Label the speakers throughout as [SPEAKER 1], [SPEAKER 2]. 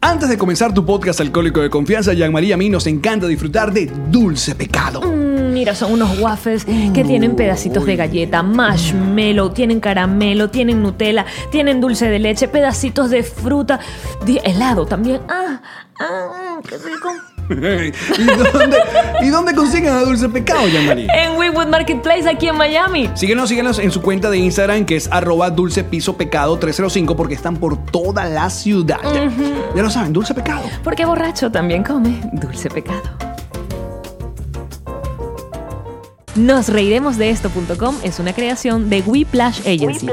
[SPEAKER 1] Antes de comenzar tu podcast alcohólico de confianza, Jean María, a mí nos encanta disfrutar de Dulce Pecado.
[SPEAKER 2] Mm, Mira, son unos waffles que tienen pedacitos de galleta, marshmallow, tienen caramelo, tienen Nutella, tienen dulce de leche, pedacitos de fruta, di- helado también. ¡Ah! ¡Ah! ¡Qué rico!
[SPEAKER 1] ¿Y, dónde, ¿Y dónde consiguen a Dulce Pecado, Jean María?
[SPEAKER 2] En Winwood Marketplace, aquí en Miami.
[SPEAKER 1] Síguenos, síguenos en su cuenta de Instagram que es arroba dulce piso pecado 305 porque están por toda la ciudad. Ya lo saben, dulce pecado.
[SPEAKER 2] Porque borracho también come dulce pecado. Nos reiremos de esto.com es una creación de Weplash Agency.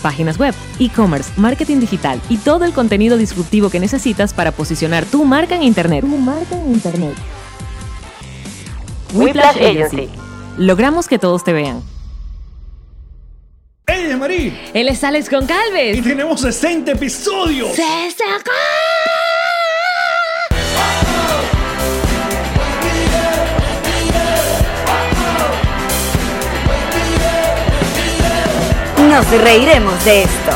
[SPEAKER 2] Páginas web, e-commerce, marketing digital y todo el contenido disruptivo que necesitas para posicionar tu marca en Internet. Tu marca en Internet. Weplash Agency. Logramos que todos te vean.
[SPEAKER 1] ¡Ey, Marí!
[SPEAKER 2] Él es Alex
[SPEAKER 1] Y
[SPEAKER 2] Goncalves.
[SPEAKER 1] tenemos 60 episodios.
[SPEAKER 2] ¡Se sacó!
[SPEAKER 3] Nos reiremos de esto.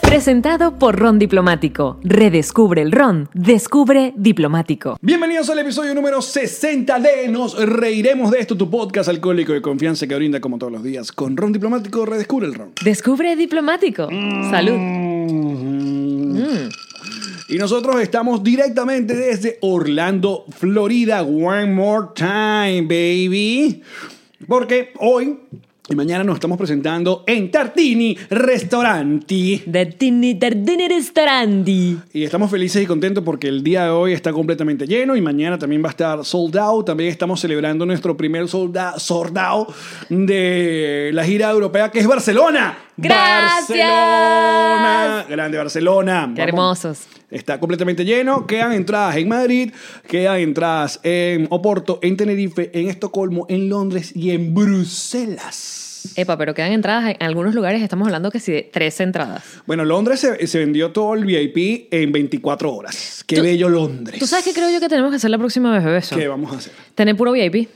[SPEAKER 2] Presentado por Ron Diplomático. Redescubre el Ron. Descubre Diplomático.
[SPEAKER 1] Bienvenidos al episodio número 60 de Nos Reiremos de esto, tu podcast alcohólico de confianza que brinda como todos los días con Ron Diplomático Redescubre el Ron.
[SPEAKER 2] Descubre Diplomático. Salud.
[SPEAKER 1] Mm-hmm. Y nosotros estamos directamente desde Orlando, Florida. One more time, baby. Porque hoy y mañana nos estamos presentando en Tartini Restauranti.
[SPEAKER 2] De Tini Tardini Restaurandi.
[SPEAKER 1] Y estamos felices y contentos porque el día de hoy está completamente lleno y mañana también va a estar sold out. También estamos celebrando nuestro primer sold out, sold out de la gira europea que es Barcelona.
[SPEAKER 2] Gracias.
[SPEAKER 1] Barcelona. Grande Barcelona. Vamos.
[SPEAKER 2] Qué hermosos.
[SPEAKER 1] Está completamente lleno. Quedan entradas en Madrid, quedan entradas en Oporto, en Tenerife, en Estocolmo, en Londres y en Bruselas.
[SPEAKER 2] Epa, pero quedan entradas en algunos lugares. Estamos hablando que sí de tres entradas.
[SPEAKER 1] Bueno, Londres se, se vendió todo el VIP en 24 horas. Qué bello Londres.
[SPEAKER 2] ¿Tú sabes qué creo yo que tenemos que hacer la próxima vez, bebé?
[SPEAKER 1] ¿Qué vamos a hacer?
[SPEAKER 2] Tener puro VIP.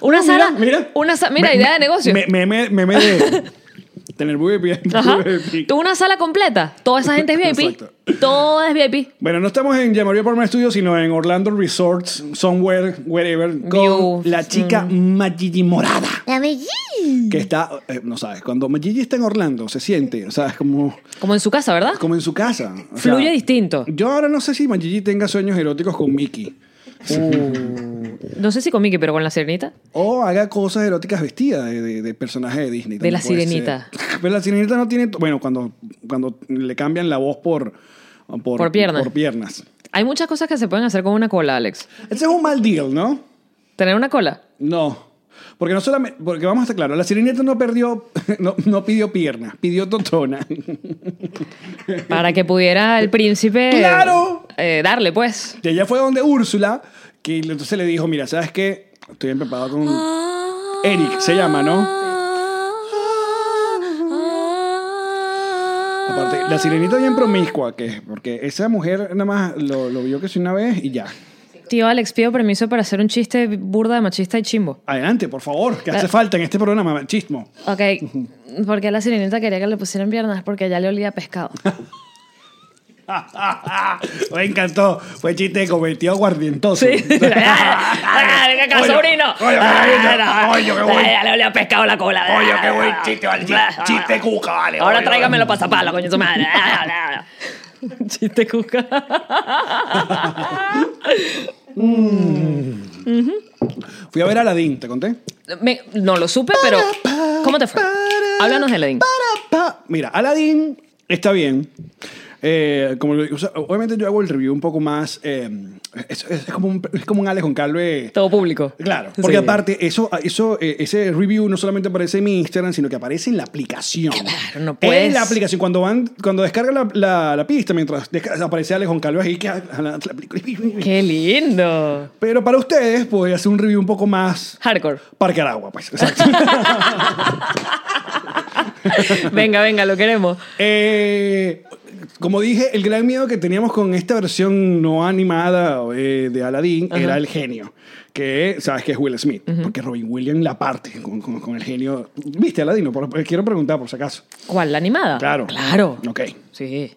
[SPEAKER 2] una sala. Mira, Una sa- mira
[SPEAKER 1] Oh, Me-
[SPEAKER 2] idea de
[SPEAKER 1] me-
[SPEAKER 2] negocio.
[SPEAKER 1] me- Meme me, de tener VIP.
[SPEAKER 2] Ajá.
[SPEAKER 1] VIP.
[SPEAKER 2] Tú una sala completa. Toda esa gente es VIP.
[SPEAKER 1] Exacto.
[SPEAKER 2] Toda es VIP.
[SPEAKER 1] Bueno, no estamos en Llamaría por Studio, sino en Orlando Resorts, somewhere, wherever, con
[SPEAKER 2] View. Mm.
[SPEAKER 1] la chica Magigi Morada. La Magigi. Que está, eh, no sabes, cuando Magigi está en Orlando, se siente, o sea, es como,
[SPEAKER 2] Como en su casa, ¿verdad?
[SPEAKER 1] como en su casa. o sea,
[SPEAKER 2] Fluye distinto.
[SPEAKER 1] Yo ahora no sé si Magigi tenga sueños eróticos con Mickey.
[SPEAKER 2] No sé si con Mickey, pero con la sirenita.
[SPEAKER 1] O haga cosas eróticas vestidas de, de, de personaje de Disney. también
[SPEAKER 2] la
[SPEAKER 1] puede ser.
[SPEAKER 2] sirenita.
[SPEAKER 1] Pero la sirenita no tiene... Bueno, cuando, cuando le cambian la voz por... Por,
[SPEAKER 2] Por piernas.
[SPEAKER 1] Por piernas.
[SPEAKER 2] Hay muchas cosas que se pueden hacer con una cola, Alex.
[SPEAKER 1] Ese es un mal deal, ¿no?
[SPEAKER 2] Tener una cola.
[SPEAKER 1] No. Porque no solamente... Porque vamos a estar claros. La sirenita no perdió... No, no pidió piernas. Pidió totona.
[SPEAKER 2] Para que pudiera el príncipe.
[SPEAKER 1] ¡Claro!
[SPEAKER 2] eh, darle, pues.
[SPEAKER 1] Y allá fue donde Úrsula... Que entonces le dijo, mira, ¿sabes qué? Estoy empapado con... Eric se llama, ¿no? Aparte, la sirenita bien promiscua que es, porque esa mujer nada más lo, lo vio que sí una vez y ya.
[SPEAKER 2] Tío Alex, pido permiso para hacer un chiste burda de machista y chimbo.
[SPEAKER 1] Adelante, por favor, que hace falta en este programa, machismo.
[SPEAKER 2] Ok, ¿por qué la sirenita quería que le pusieran piernas? Porque ya le olía a pescado.
[SPEAKER 1] Me encantó. Fue chiste cometido guardientoso.
[SPEAKER 2] Ah, ¡Venga acá,
[SPEAKER 1] Oye,
[SPEAKER 2] sobrino!
[SPEAKER 1] oye,
[SPEAKER 2] Ah,
[SPEAKER 1] oye,
[SPEAKER 2] no.
[SPEAKER 1] oye, qué buen-
[SPEAKER 2] Ya le olía a pescado la cola.
[SPEAKER 1] Oye, qué buen chiste, vale, chiste- chiste cuca, vale,
[SPEAKER 2] Ahora
[SPEAKER 1] oye,
[SPEAKER 2] tráigamelo para zaparla, coño, su madre. chiste cuca.
[SPEAKER 1] Fui a ver a Aladdin, ¿te conté?
[SPEAKER 2] Me- no lo supe, pero. ¿Cómo te fue? Háblanos de Aladdin.
[SPEAKER 1] Para, pa. Mira, Aladdin está bien. Eh, como lo- o sea, obviamente yo hago el review un poco más... eh, es, es- es como un, es como un Alex Goncalves...
[SPEAKER 2] Todo público.
[SPEAKER 1] Claro, porque
[SPEAKER 2] Sí.
[SPEAKER 1] aparte, eso, eso, eh, ese review no solamente aparece en mi Instagram, sino que aparece en la aplicación.
[SPEAKER 2] Claro, no puedes.
[SPEAKER 1] En la aplicación, cuando van, cuando descargan la, la- la pista, mientras desca- aparece Alex Goncalves ahí, que a la- la película.
[SPEAKER 2] ¡Qué lindo!
[SPEAKER 1] Pero para ustedes, pues hacer un review un poco más
[SPEAKER 2] Hardcore.
[SPEAKER 1] Parque Aragua, pues. Exacto.
[SPEAKER 2] Venga, venga, lo queremos.
[SPEAKER 1] Eh, como dije, el gran miedo que teníamos con esta versión no animada eh, de Aladdin era el genio. Que, ¿sabes? Que es Will Smith. Porque Robin Williams la parte con, con- con el genio. ¿Viste Aladdin? Por- eh, Quiero preguntar, por si acaso.
[SPEAKER 2] ¿Cuál? ¿La animada?
[SPEAKER 1] Claro.
[SPEAKER 2] Claro.
[SPEAKER 1] Ok.
[SPEAKER 2] Sí.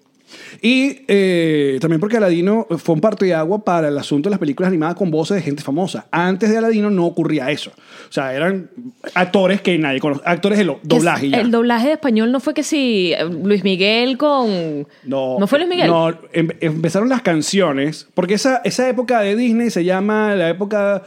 [SPEAKER 1] Y eh, también porque Aladino fue un parto de agua para el asunto de las películas animadas con voces de gente famosa. Antes de Aladino no ocurría eso. O sea, eran actores que nadie conoce. Actores de lo- doblaje. y
[SPEAKER 2] Es-
[SPEAKER 1] ya.
[SPEAKER 2] El doblaje de español no fue que si eh, Luis Miguel con...
[SPEAKER 1] No,
[SPEAKER 2] ¿No fue Luis Miguel?
[SPEAKER 1] No, em- empezaron las canciones, porque esa, esa época de Disney se llama la época...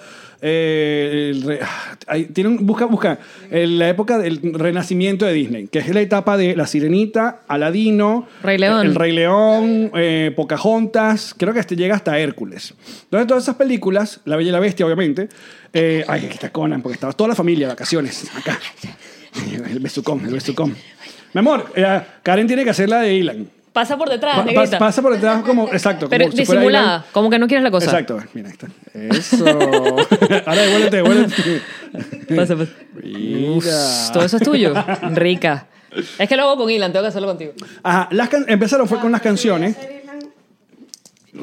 [SPEAKER 1] eh, el re- ahí tiene un- busca, busca, eh, la época del renacimiento de Disney, que es la etapa de La Sirenita, Aladino,
[SPEAKER 2] Rey León.
[SPEAKER 1] El Rey León, eh, Pocahontas, creo que este llega hasta Hércules. Entonces todas esas películas, La Bella y la Bestia, obviamente, eh, ay, aquí está Conan, porque estaba toda la familia de vacaciones acá. El besucón, el besucón. Mi amor, eh, Karen tiene que hacer la de Ilan.
[SPEAKER 2] Pasa por detrás,
[SPEAKER 1] Pa-
[SPEAKER 2] negrita.
[SPEAKER 1] pas- pasa por detrás como, exacto.
[SPEAKER 2] Pero
[SPEAKER 1] como si fuera
[SPEAKER 2] disimulada,
[SPEAKER 1] Dylan.
[SPEAKER 2] como que no quieres la cosa.
[SPEAKER 1] Exacto, mira, ahí está. Eso. Ahora devuélvete, devuélvete.
[SPEAKER 2] Pasa, pasa. Ups, Todo eso es tuyo. Rica. Es que lo hago con Ilan, tengo que hacerlo contigo.
[SPEAKER 1] Ajá, las can- empezaron fue con las canciones.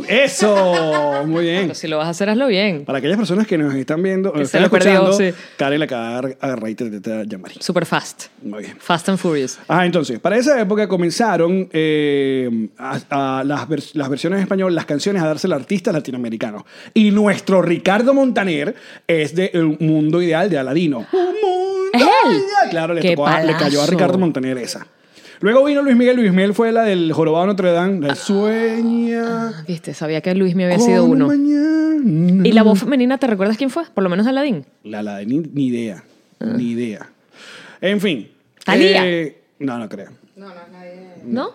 [SPEAKER 1] Eso, muy bien.
[SPEAKER 2] Pero si lo vas a hacer, hazlo bien.
[SPEAKER 1] Para aquellas personas que nos están viendo,
[SPEAKER 2] Que
[SPEAKER 1] que
[SPEAKER 2] se
[SPEAKER 1] están
[SPEAKER 2] lo perdió,
[SPEAKER 1] escuchando,
[SPEAKER 2] sí.
[SPEAKER 1] Karen la acaba de agarrar y te- te- te llamaría.
[SPEAKER 2] Super fast.
[SPEAKER 1] Muy bien.
[SPEAKER 2] Fast and Furious.
[SPEAKER 1] Ah, entonces, para esa época comenzaron eh, a- a las, vers- las versiones en español, las canciones a darse a artistas latinoamericanos. Y nuestro Ricardo Montaner es de El Mundo Ideal de Aladino. ¡Un mundo
[SPEAKER 2] ¿Es él?
[SPEAKER 1] ideal! Claro, le,
[SPEAKER 2] ¡Qué
[SPEAKER 1] tocó a- le cayó a
[SPEAKER 2] palazo!
[SPEAKER 1] Ricardo Montaner esa. Luego vino Luis Miguel. Luis Miguel fue la del Jorobado de Notre Dame. La de sueña.
[SPEAKER 2] Ah, Viste, sabía que Luis me había sido
[SPEAKER 1] con
[SPEAKER 2] uno.
[SPEAKER 1] mañana.
[SPEAKER 2] ¿Y la voz femenina, te recuerdas quién fue? Por lo menos Aladdin.
[SPEAKER 1] La, la de ni, ni idea. Ni
[SPEAKER 2] Ah.
[SPEAKER 1] idea. En fin.
[SPEAKER 2] ¿Thalía?
[SPEAKER 1] Eh, no, no creo.
[SPEAKER 2] ¿No?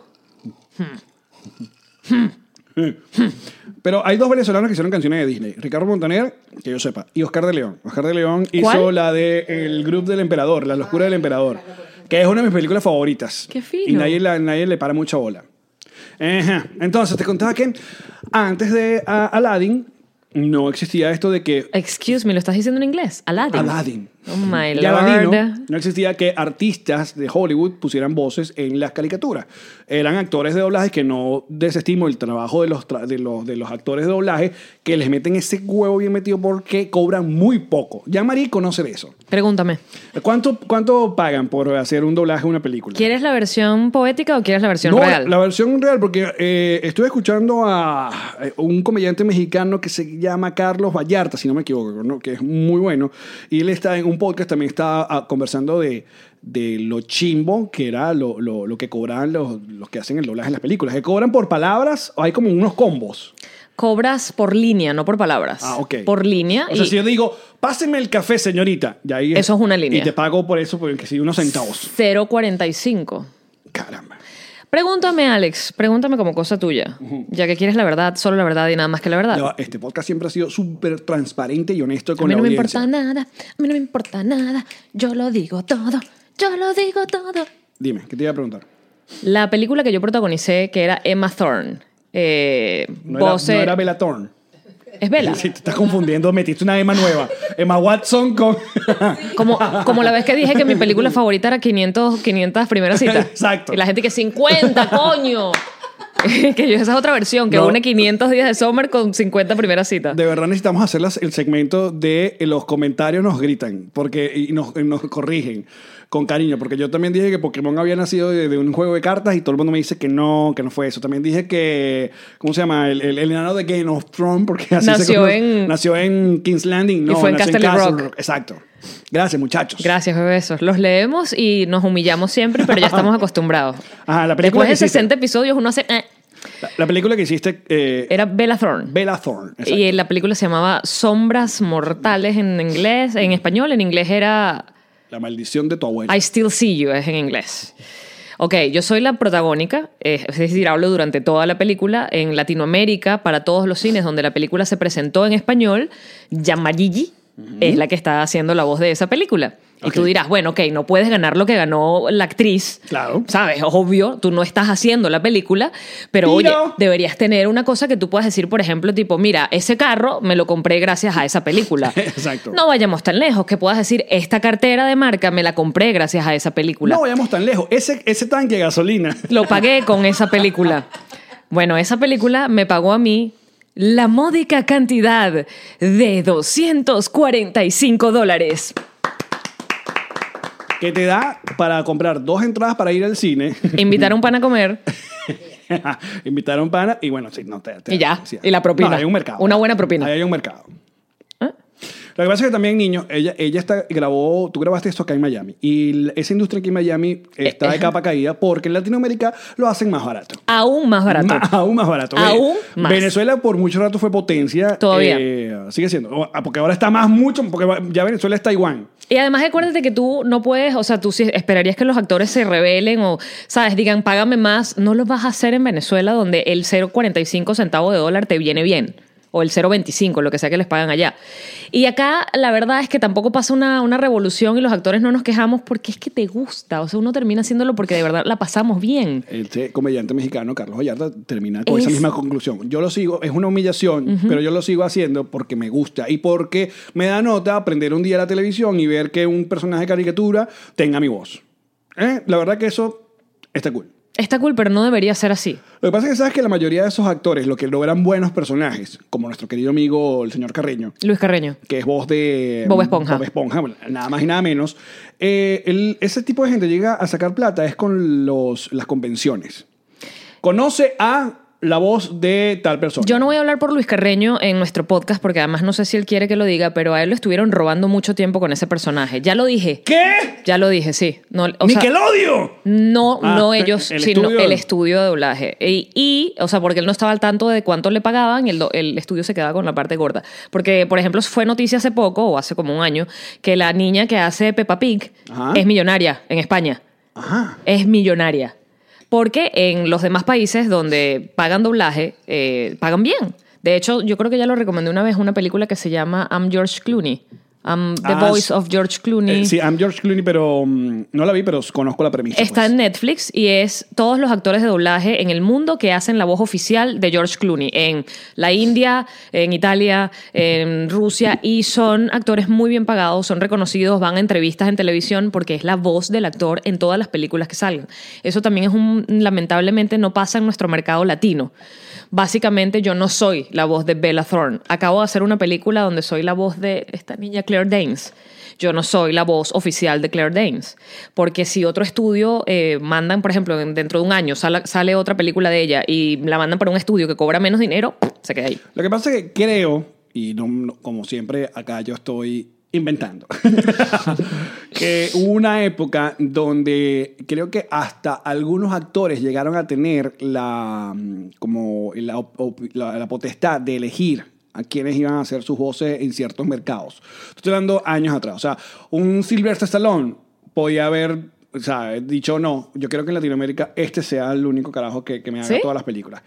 [SPEAKER 1] Pero hay dos venezolanos que hicieron canciones de Disney. Ricardo Montaner, que yo sepa, y Oscar de León. Oscar de León hizo
[SPEAKER 2] ¿Cuál?
[SPEAKER 1] la de El Grupo del Emperador, La Locura del Emperador, que es una de mis películas favoritas.
[SPEAKER 2] Qué fino.
[SPEAKER 1] Y nadie, la- nadie le para mucha bola. Ajá. Entonces, te contaba que antes de a- Aladdin no existía esto de que
[SPEAKER 2] Excuse me, ¿lo estás diciendo en inglés? Aladdin.
[SPEAKER 1] Aladdin.
[SPEAKER 2] Oh my
[SPEAKER 1] Y Aladino,
[SPEAKER 2] lord.
[SPEAKER 1] no existía que artistas de Hollywood pusieran voces en las caricaturas. Eran actores de doblaje que no desestimo el trabajo de los, tra- de los, de los actores de doblaje que les meten ese huevo bien metido porque cobran muy poco. Ya Marí conoce de eso.
[SPEAKER 2] Pregúntame.
[SPEAKER 1] ¿Cuánto, ¿Cuánto pagan por hacer un doblaje de una película?
[SPEAKER 2] ¿Quieres la versión poética o quieres la versión
[SPEAKER 1] no,
[SPEAKER 2] real?
[SPEAKER 1] La versión real, porque eh, estuve escuchando a eh, un comediante mexicano que se llama Carlos Vallarta, si no me equivoco, ¿no? que es muy bueno. Y él está en un podcast, también está ah, conversando de, de lo chimbo, que era lo, lo- lo que cobraban los, los que hacen el doblaje en las películas. Que cobran por palabras, o hay como unos combos.
[SPEAKER 2] Cobras por línea, no por palabras.
[SPEAKER 1] Ah, ok.
[SPEAKER 2] Por línea.
[SPEAKER 1] O sea,
[SPEAKER 2] y-
[SPEAKER 1] si yo digo, pásenme el café, señorita. Y ahí
[SPEAKER 2] Eso es una línea.
[SPEAKER 1] Y te pago por eso, porque si unos centavos.
[SPEAKER 2] 0.45.
[SPEAKER 1] Caramba.
[SPEAKER 2] Pregúntame, Alex, pregúntame como cosa tuya, ya que quieres la verdad, solo la verdad y nada más que la verdad.
[SPEAKER 1] Ya va, Este podcast siempre ha sido súper transparente y honesto
[SPEAKER 2] a
[SPEAKER 1] con
[SPEAKER 2] mí
[SPEAKER 1] la
[SPEAKER 2] no me
[SPEAKER 1] audiencia.
[SPEAKER 2] importa nada, a mí no me importa nada, yo lo digo todo, yo lo digo todo.
[SPEAKER 1] Dime, ¿qué te iba a preguntar?
[SPEAKER 2] La película que yo protagonicé, que era Emma Thorne, eh,
[SPEAKER 1] No era,
[SPEAKER 2] voce-
[SPEAKER 1] no era Bella Thorne.
[SPEAKER 2] es Bella.
[SPEAKER 1] Sí, te estás confundiendo, metiste una Emma nueva. Emma Watson con...
[SPEAKER 2] Como, como la vez que dije que mi película favorita era 500, 500 primeras citas.
[SPEAKER 1] Exacto.
[SPEAKER 2] Y la gente que 50, coño. que yo, esa es otra versión, que
[SPEAKER 1] No.
[SPEAKER 2] une 500 días de Summer con 50 primeras citas.
[SPEAKER 1] De verdad necesitamos hacer las- el segmento de eh, los comentarios nos gritan porque y nos, y nos corrigen con cariño. Porque yo también dije que Pokémon había nacido de, de un juego de cartas y todo el mundo me dice que no, que no fue eso. También dije que... ¿Cómo se llama? El, el, el enano de Game of Thrones porque así se
[SPEAKER 2] Nació
[SPEAKER 1] conoce.
[SPEAKER 2] en-
[SPEAKER 1] Nació en King's Landing. No,
[SPEAKER 2] fue en
[SPEAKER 1] nació
[SPEAKER 2] Castle Rock.
[SPEAKER 1] Exacto. Gracias, muchachos.
[SPEAKER 2] Gracias, besos. Los leemos y nos humillamos siempre, pero ya estamos acostumbrados.
[SPEAKER 1] Ajá, la película
[SPEAKER 2] Después de
[SPEAKER 1] que hiciste.
[SPEAKER 2] 60 episodios uno hace... eh.
[SPEAKER 1] La, la película que hiciste... eh,
[SPEAKER 2] Era Bella Thorne.
[SPEAKER 1] Bella Thorne. exacto.
[SPEAKER 2] y la película se llamaba Sombras Mortales en inglés, en español, en inglés era
[SPEAKER 1] La maldición de tu abuelo.
[SPEAKER 2] I Still See You, es en inglés. Ok, yo soy la protagónica, eh, es decir, hablo durante toda la película en Latinoamérica, para todos los cines donde la película se presentó en español, Yamayigi es la que está haciendo la voz de esa película. Y tú
[SPEAKER 1] Ok.
[SPEAKER 2] dirás, bueno, ok, no puedes ganar lo que ganó la actriz.
[SPEAKER 1] Claro.
[SPEAKER 2] ¿Sabes? Obvio, tú no estás haciendo la película,
[SPEAKER 1] Tiro.
[SPEAKER 2] pero oye, deberías tener una cosa que tú puedas decir, por ejemplo, tipo, mira, ese carro me lo compré gracias a esa película.
[SPEAKER 1] Exacto.
[SPEAKER 2] No vayamos tan lejos, que puedas decir, esta cartera de marca me la compré gracias a esa película.
[SPEAKER 1] No vayamos tan lejos. Ese, ese tanque de gasolina.
[SPEAKER 2] Lo pagué con esa película. Bueno, esa película me pagó a mí la módica cantidad de 245 dólares.
[SPEAKER 1] Que te da para comprar dos entradas para ir al cine.
[SPEAKER 2] Invitar a un pan a comer
[SPEAKER 1] Invitar a un pana y bueno, sí, no te. te-
[SPEAKER 2] Y ya,
[SPEAKER 1] sí.
[SPEAKER 2] y la propina.
[SPEAKER 1] No, hay un mercado.
[SPEAKER 2] Una buena propina. Ah.
[SPEAKER 1] Ahí hay un mercado. Lo que pasa es que también, niño, ella, ella está, grabó, tú grabaste esto acá en Miami. Y l- esa industria aquí en Miami
[SPEAKER 2] Eh,
[SPEAKER 1] está de capa caída porque en Latinoamérica lo hacen más barato.
[SPEAKER 2] aún más barato.
[SPEAKER 1] Ma- aún más barato.
[SPEAKER 2] Aún
[SPEAKER 1] Ve-
[SPEAKER 2] más.
[SPEAKER 1] Venezuela por mucho rato fue potencia.
[SPEAKER 2] Todavía.
[SPEAKER 1] eh, sigue siendo. O- ah, Porque ahora está más mucho, porque va- ya Venezuela es Taiwán.
[SPEAKER 2] Y además acuérdate que tú no puedes, o sea, tú sí esperarías que los actores se rebelen o, sabes, digan, págame más, no lo vas a hacer en Venezuela donde el 0,45 centavo de dólar te viene bien o el 0,25, lo que sea que les pagan allá. Y acá la verdad es que tampoco pasa una, una revolución y los actores no nos quejamos porque es que te gusta, o sea, uno termina haciéndolo porque de verdad la pasamos bien.
[SPEAKER 1] Este comediante mexicano, Carlos Vallarta, termina con esa
[SPEAKER 2] Es-
[SPEAKER 1] misma conclusión. Yo lo sigo, es una humillación, pero yo lo sigo haciendo porque me gusta y porque me da nota aprender un día la televisión y ver que un personaje de caricatura tenga mi voz. ¿Eh? La verdad que eso está cool.
[SPEAKER 2] Está cool, pero no debería ser así.
[SPEAKER 1] Lo que pasa es que sabes que la mayoría de esos actores, los que logran buenos personajes, como nuestro querido amigo el señor Carreño,
[SPEAKER 2] Luis Carreño.
[SPEAKER 1] que es voz de mm,
[SPEAKER 2] Bob Esponja.
[SPEAKER 1] Bob Esponja, bueno, nada más y nada menos. Eh, el- ese tipo de gente llega a sacar plata es con los, las convenciones. Conoce a la voz de tal persona.
[SPEAKER 2] Yo no voy a hablar por Luis Carreño en nuestro podcast porque además no sé si él quiere que lo diga, pero a él lo estuvieron robando mucho tiempo con ese personaje. Ya lo dije.
[SPEAKER 1] ¿Qué?
[SPEAKER 2] Ya lo dije, sí. No, o sea,
[SPEAKER 1] ¡Nickelodio!
[SPEAKER 2] no,
[SPEAKER 1] Ah,
[SPEAKER 2] no
[SPEAKER 1] el-
[SPEAKER 2] ellos,
[SPEAKER 1] el
[SPEAKER 2] sino
[SPEAKER 1] estudio.
[SPEAKER 2] el estudio de doblaje. Y, y, o sea, porque él no estaba al tanto de cuánto le pagaban y el, do- el estudio se quedaba con la parte gorda. Porque, por ejemplo, fue noticia hace poco, o hace como un año, que la niña que hace Peppa Pig
[SPEAKER 1] Ajá.
[SPEAKER 2] es millonaria en España
[SPEAKER 1] Ajá.
[SPEAKER 2] es millonaria. Porque en los demás países donde pagan doblaje, eh, pagan bien. De hecho, yo creo que ya lo recomendé una vez una película que se llama I'm George Clooney. I'm the
[SPEAKER 1] Ah,
[SPEAKER 2] Voice
[SPEAKER 1] sí.
[SPEAKER 2] of George Clooney.
[SPEAKER 1] Eh, sí, I'm George Clooney, pero mm, no la vi, pero conozco la premisa.
[SPEAKER 2] Está
[SPEAKER 1] pues.
[SPEAKER 2] en Netflix y es todos los actores de doblaje en el mundo que hacen la voz oficial de George Clooney en la India, en Italia, en Rusia y son actores muy bien pagados, son reconocidos, van a entrevistas en televisión porque es la voz del actor en todas las películas que salgan. Eso también es un lamentablemente no pasa en nuestro mercado latino. Básicamente yo no soy la voz de Bella Thorne. Acabo de hacer una película donde soy la voz de esta niña Claire Danes yo no soy la voz oficial de Claire Danes. Porque si otro estudio eh, mandan, por ejemplo, en- dentro de un año sala- sale otra película de ella y la mandan para un estudio que cobra menos dinero, se queda ahí.
[SPEAKER 1] Lo que pasa es que creo, y no- no- como siempre, acá yo estoy inventando, que hubo una época donde creo que hasta algunos actores llegaron a tener la, mm, como la, op- op- la- la potestad de elegir a quienes iban a hacer sus voces en ciertos mercados. Estoy hablando años atrás. O sea, un Sylvester Stallone podía haber o sea, dicho no, yo creo que en Latinoamérica este sea el único carajo que, que me haga
[SPEAKER 2] ¿Sí?
[SPEAKER 1] todas las películas.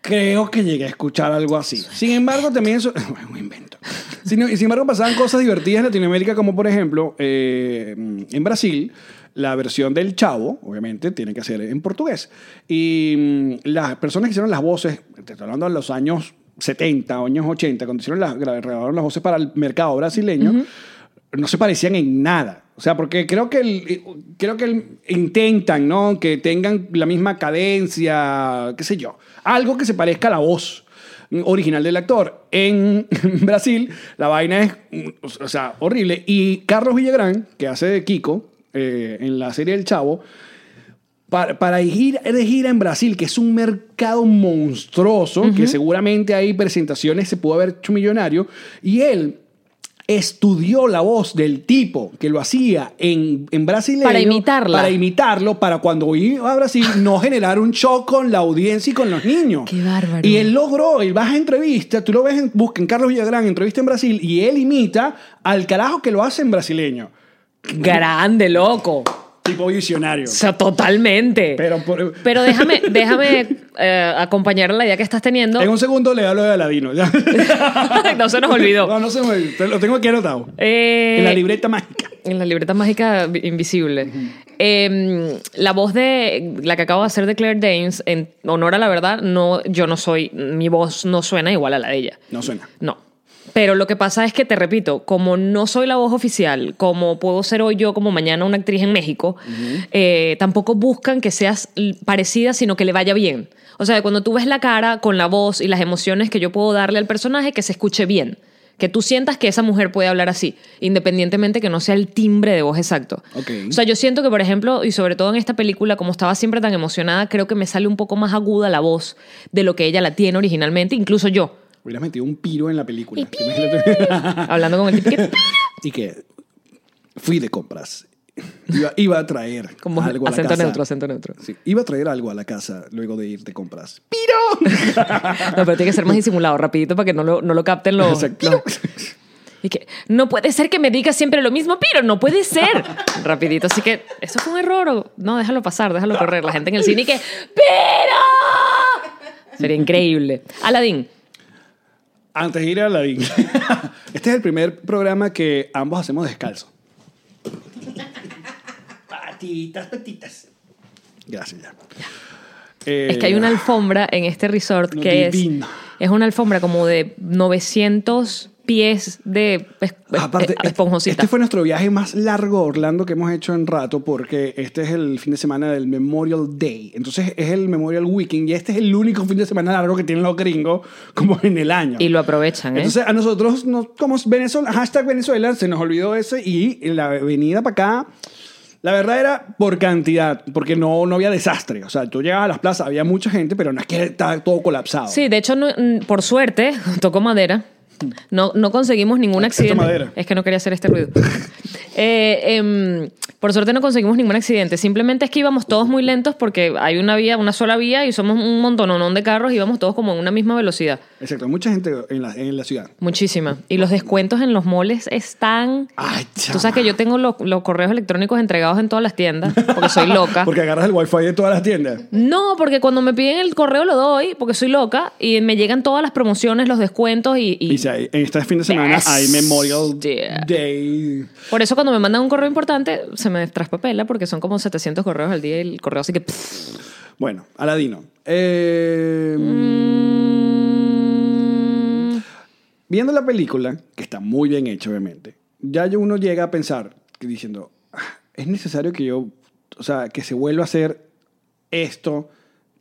[SPEAKER 1] Creo que llegué a escuchar algo así. Sin embargo, también eso. Bueno, un invento. Sin, sin embargo, pasaban cosas divertidas en Latinoamérica, como por ejemplo, eh, en Brasil, la versión del Chavo, obviamente, tiene que ser en portugués. Y mm, las personas que hicieron las voces, te estoy hablando de los años 70, años 80, cuando hicieron las, gra- grabaron las voces para el mercado brasileño, no se parecían en nada. O sea, porque creo que, el- eh, creo que el- intentan, ¿no? Que tengan la misma cadencia, qué sé yo. Algo que se parezca a la voz original del actor. En Brasil, la vaina es, mm, o sea, horrible. Y Carlos Villagrán, que hace de Kiko eh, en la serie El Chavo, para, para ir de gira en Brasil, que es un mercado monstruoso, que seguramente hay presentaciones, se pudo haber hecho millonario, y él estudió la voz del tipo que lo hacía en, en brasileño
[SPEAKER 2] Para imitarla.
[SPEAKER 1] para imitarlo para cuando iba a Brasil no generar un shock con la audiencia y con los niños
[SPEAKER 2] Qué bárbaro.
[SPEAKER 1] y él logró él vas a entrevista tú lo ves en, busca en Carlos Villagrán entrevista en Brasil y él imita al carajo que lo hace en brasileño
[SPEAKER 2] Grande, loco.
[SPEAKER 1] tipo visionario
[SPEAKER 2] O sea, totalmente.
[SPEAKER 1] pero por-
[SPEAKER 2] Pero déjame, déjame eh, acompañar la idea que estás teniendo.
[SPEAKER 1] En un segundo le hablo de Aladino. ya.
[SPEAKER 2] no se nos olvidó.
[SPEAKER 1] No, no se me olvidó. Te Lo tengo aquí anotado.
[SPEAKER 2] Eh,
[SPEAKER 1] en la libreta mágica.
[SPEAKER 2] En la libreta mágica vi- invisible. Eh, la voz de la que acabo de hacer de Claire Danes, en honor a la verdad, no, yo no soy, mi voz no suena igual a la de ella.
[SPEAKER 1] No suena.
[SPEAKER 2] No. Pero lo que pasa es que, te repito, como no soy la voz oficial, como puedo ser hoy yo, como mañana una actriz en México, eh, tampoco buscan que seas l- parecida, sino que le vaya bien. O sea, cuando tú ves la cara con la voz y las emociones que yo puedo darle al personaje, que se escuche bien. Que tú sientas que esa mujer puede hablar así, independientemente que no sea el timbre de voz exacto.
[SPEAKER 1] Ok.
[SPEAKER 2] O sea, yo siento que, por ejemplo, y sobre todo en esta película, como estaba siempre tan emocionada, creo que me sale un poco más aguda la voz de lo que ella la tiene originalmente, incluso yo.
[SPEAKER 1] Hubieras metido un piro en la película.
[SPEAKER 2] Y
[SPEAKER 1] ¿Te imaginas?
[SPEAKER 2] Hablando con el tipo que-
[SPEAKER 1] y que fui de compras. Iba, iba a traer
[SPEAKER 2] Como
[SPEAKER 1] algo a la
[SPEAKER 2] acento
[SPEAKER 1] casa.
[SPEAKER 2] neutro, acento neutro.
[SPEAKER 1] Sí, iba a traer algo a la casa luego de ir de compras.
[SPEAKER 2] No, pero tiene que ser más disimulado, rapidito, para que no lo, no lo capten los...
[SPEAKER 1] O sea,
[SPEAKER 2] los- Y que, no puede ser que me digas siempre lo mismo, pero no puede ser. rapidito, así que, ¿eso fue un error o...? No, déjalo pasar, déjalo correr. La gente en el cine y que, ¡pero! Sería increíble. Aladdin,
[SPEAKER 1] Antes de ir a la Este es el primer programa que ambos hacemos descalzo. Patitas, patitas. Gracias, ya. Eh,
[SPEAKER 2] es que hay una alfombra en este resort
[SPEAKER 1] No,
[SPEAKER 2] que es...
[SPEAKER 1] divino.
[SPEAKER 2] Es una alfombra como de 900 pies de es-
[SPEAKER 1] Ah, Aparte,
[SPEAKER 2] eh, esponjosita.
[SPEAKER 1] este fue nuestro viaje más largo a Orlando que hemos hecho en rato porque este es el fin de semana del Memorial Day. Entonces es el Memorial Weekend y este es el único fin de semana largo que tienen los gringos como en el año.
[SPEAKER 2] Y lo aprovechan, ¿eh?
[SPEAKER 1] Entonces a nosotros, nos- como es Venezuela, hashtag Venezuela, se nos olvidó ese y la venida para acá, la verdad era por cantidad, porque no, no había desastre. O sea, tú llegabas a las plazas, había mucha gente, pero no es que estaba todo colapsado.
[SPEAKER 2] Sí, de hecho, no- mm, por suerte, tocó madera. No, no conseguimos ningún accidente.
[SPEAKER 1] madera.
[SPEAKER 2] Es que no quería hacer este ruido. Eh, em, por suerte no conseguimos ningún accidente. Simplemente es que íbamos todos muy lentos porque hay una vía, una sola vía y somos un montononón de carros y íbamos todos como en una misma velocidad.
[SPEAKER 1] Exacto, mucha gente en la, en la ciudad.
[SPEAKER 2] Muchísima. Y los descuentos en los moles están...
[SPEAKER 1] Ay,
[SPEAKER 2] Tú
[SPEAKER 1] chama.
[SPEAKER 2] sabes que yo tengo los, los correos electrónicos entregados en todas las tiendas porque soy loca.
[SPEAKER 1] Porque agarras el wifi de todas las tiendas.
[SPEAKER 2] No, porque cuando me piden el correo lo doy, porque soy loca, y me llegan todas las promociones, los descuentos y... y-
[SPEAKER 1] Y si hay- en este fin de semana
[SPEAKER 2] Yes.
[SPEAKER 1] hay Memorial
[SPEAKER 2] Yeah.
[SPEAKER 1] Day.
[SPEAKER 2] Por eso cuando me mandan un correo importante, se me traspapela, porque son como 700 correos al día y el correo así que... pff.
[SPEAKER 1] Bueno, Aladino. Eh,
[SPEAKER 2] Mm.
[SPEAKER 1] Viendo la película, que está muy bien hecha, obviamente, ya yo- uno llega a pensar que diciendo, "Ah, es necesario que yo, o sea, que se vuelva a hacer esto,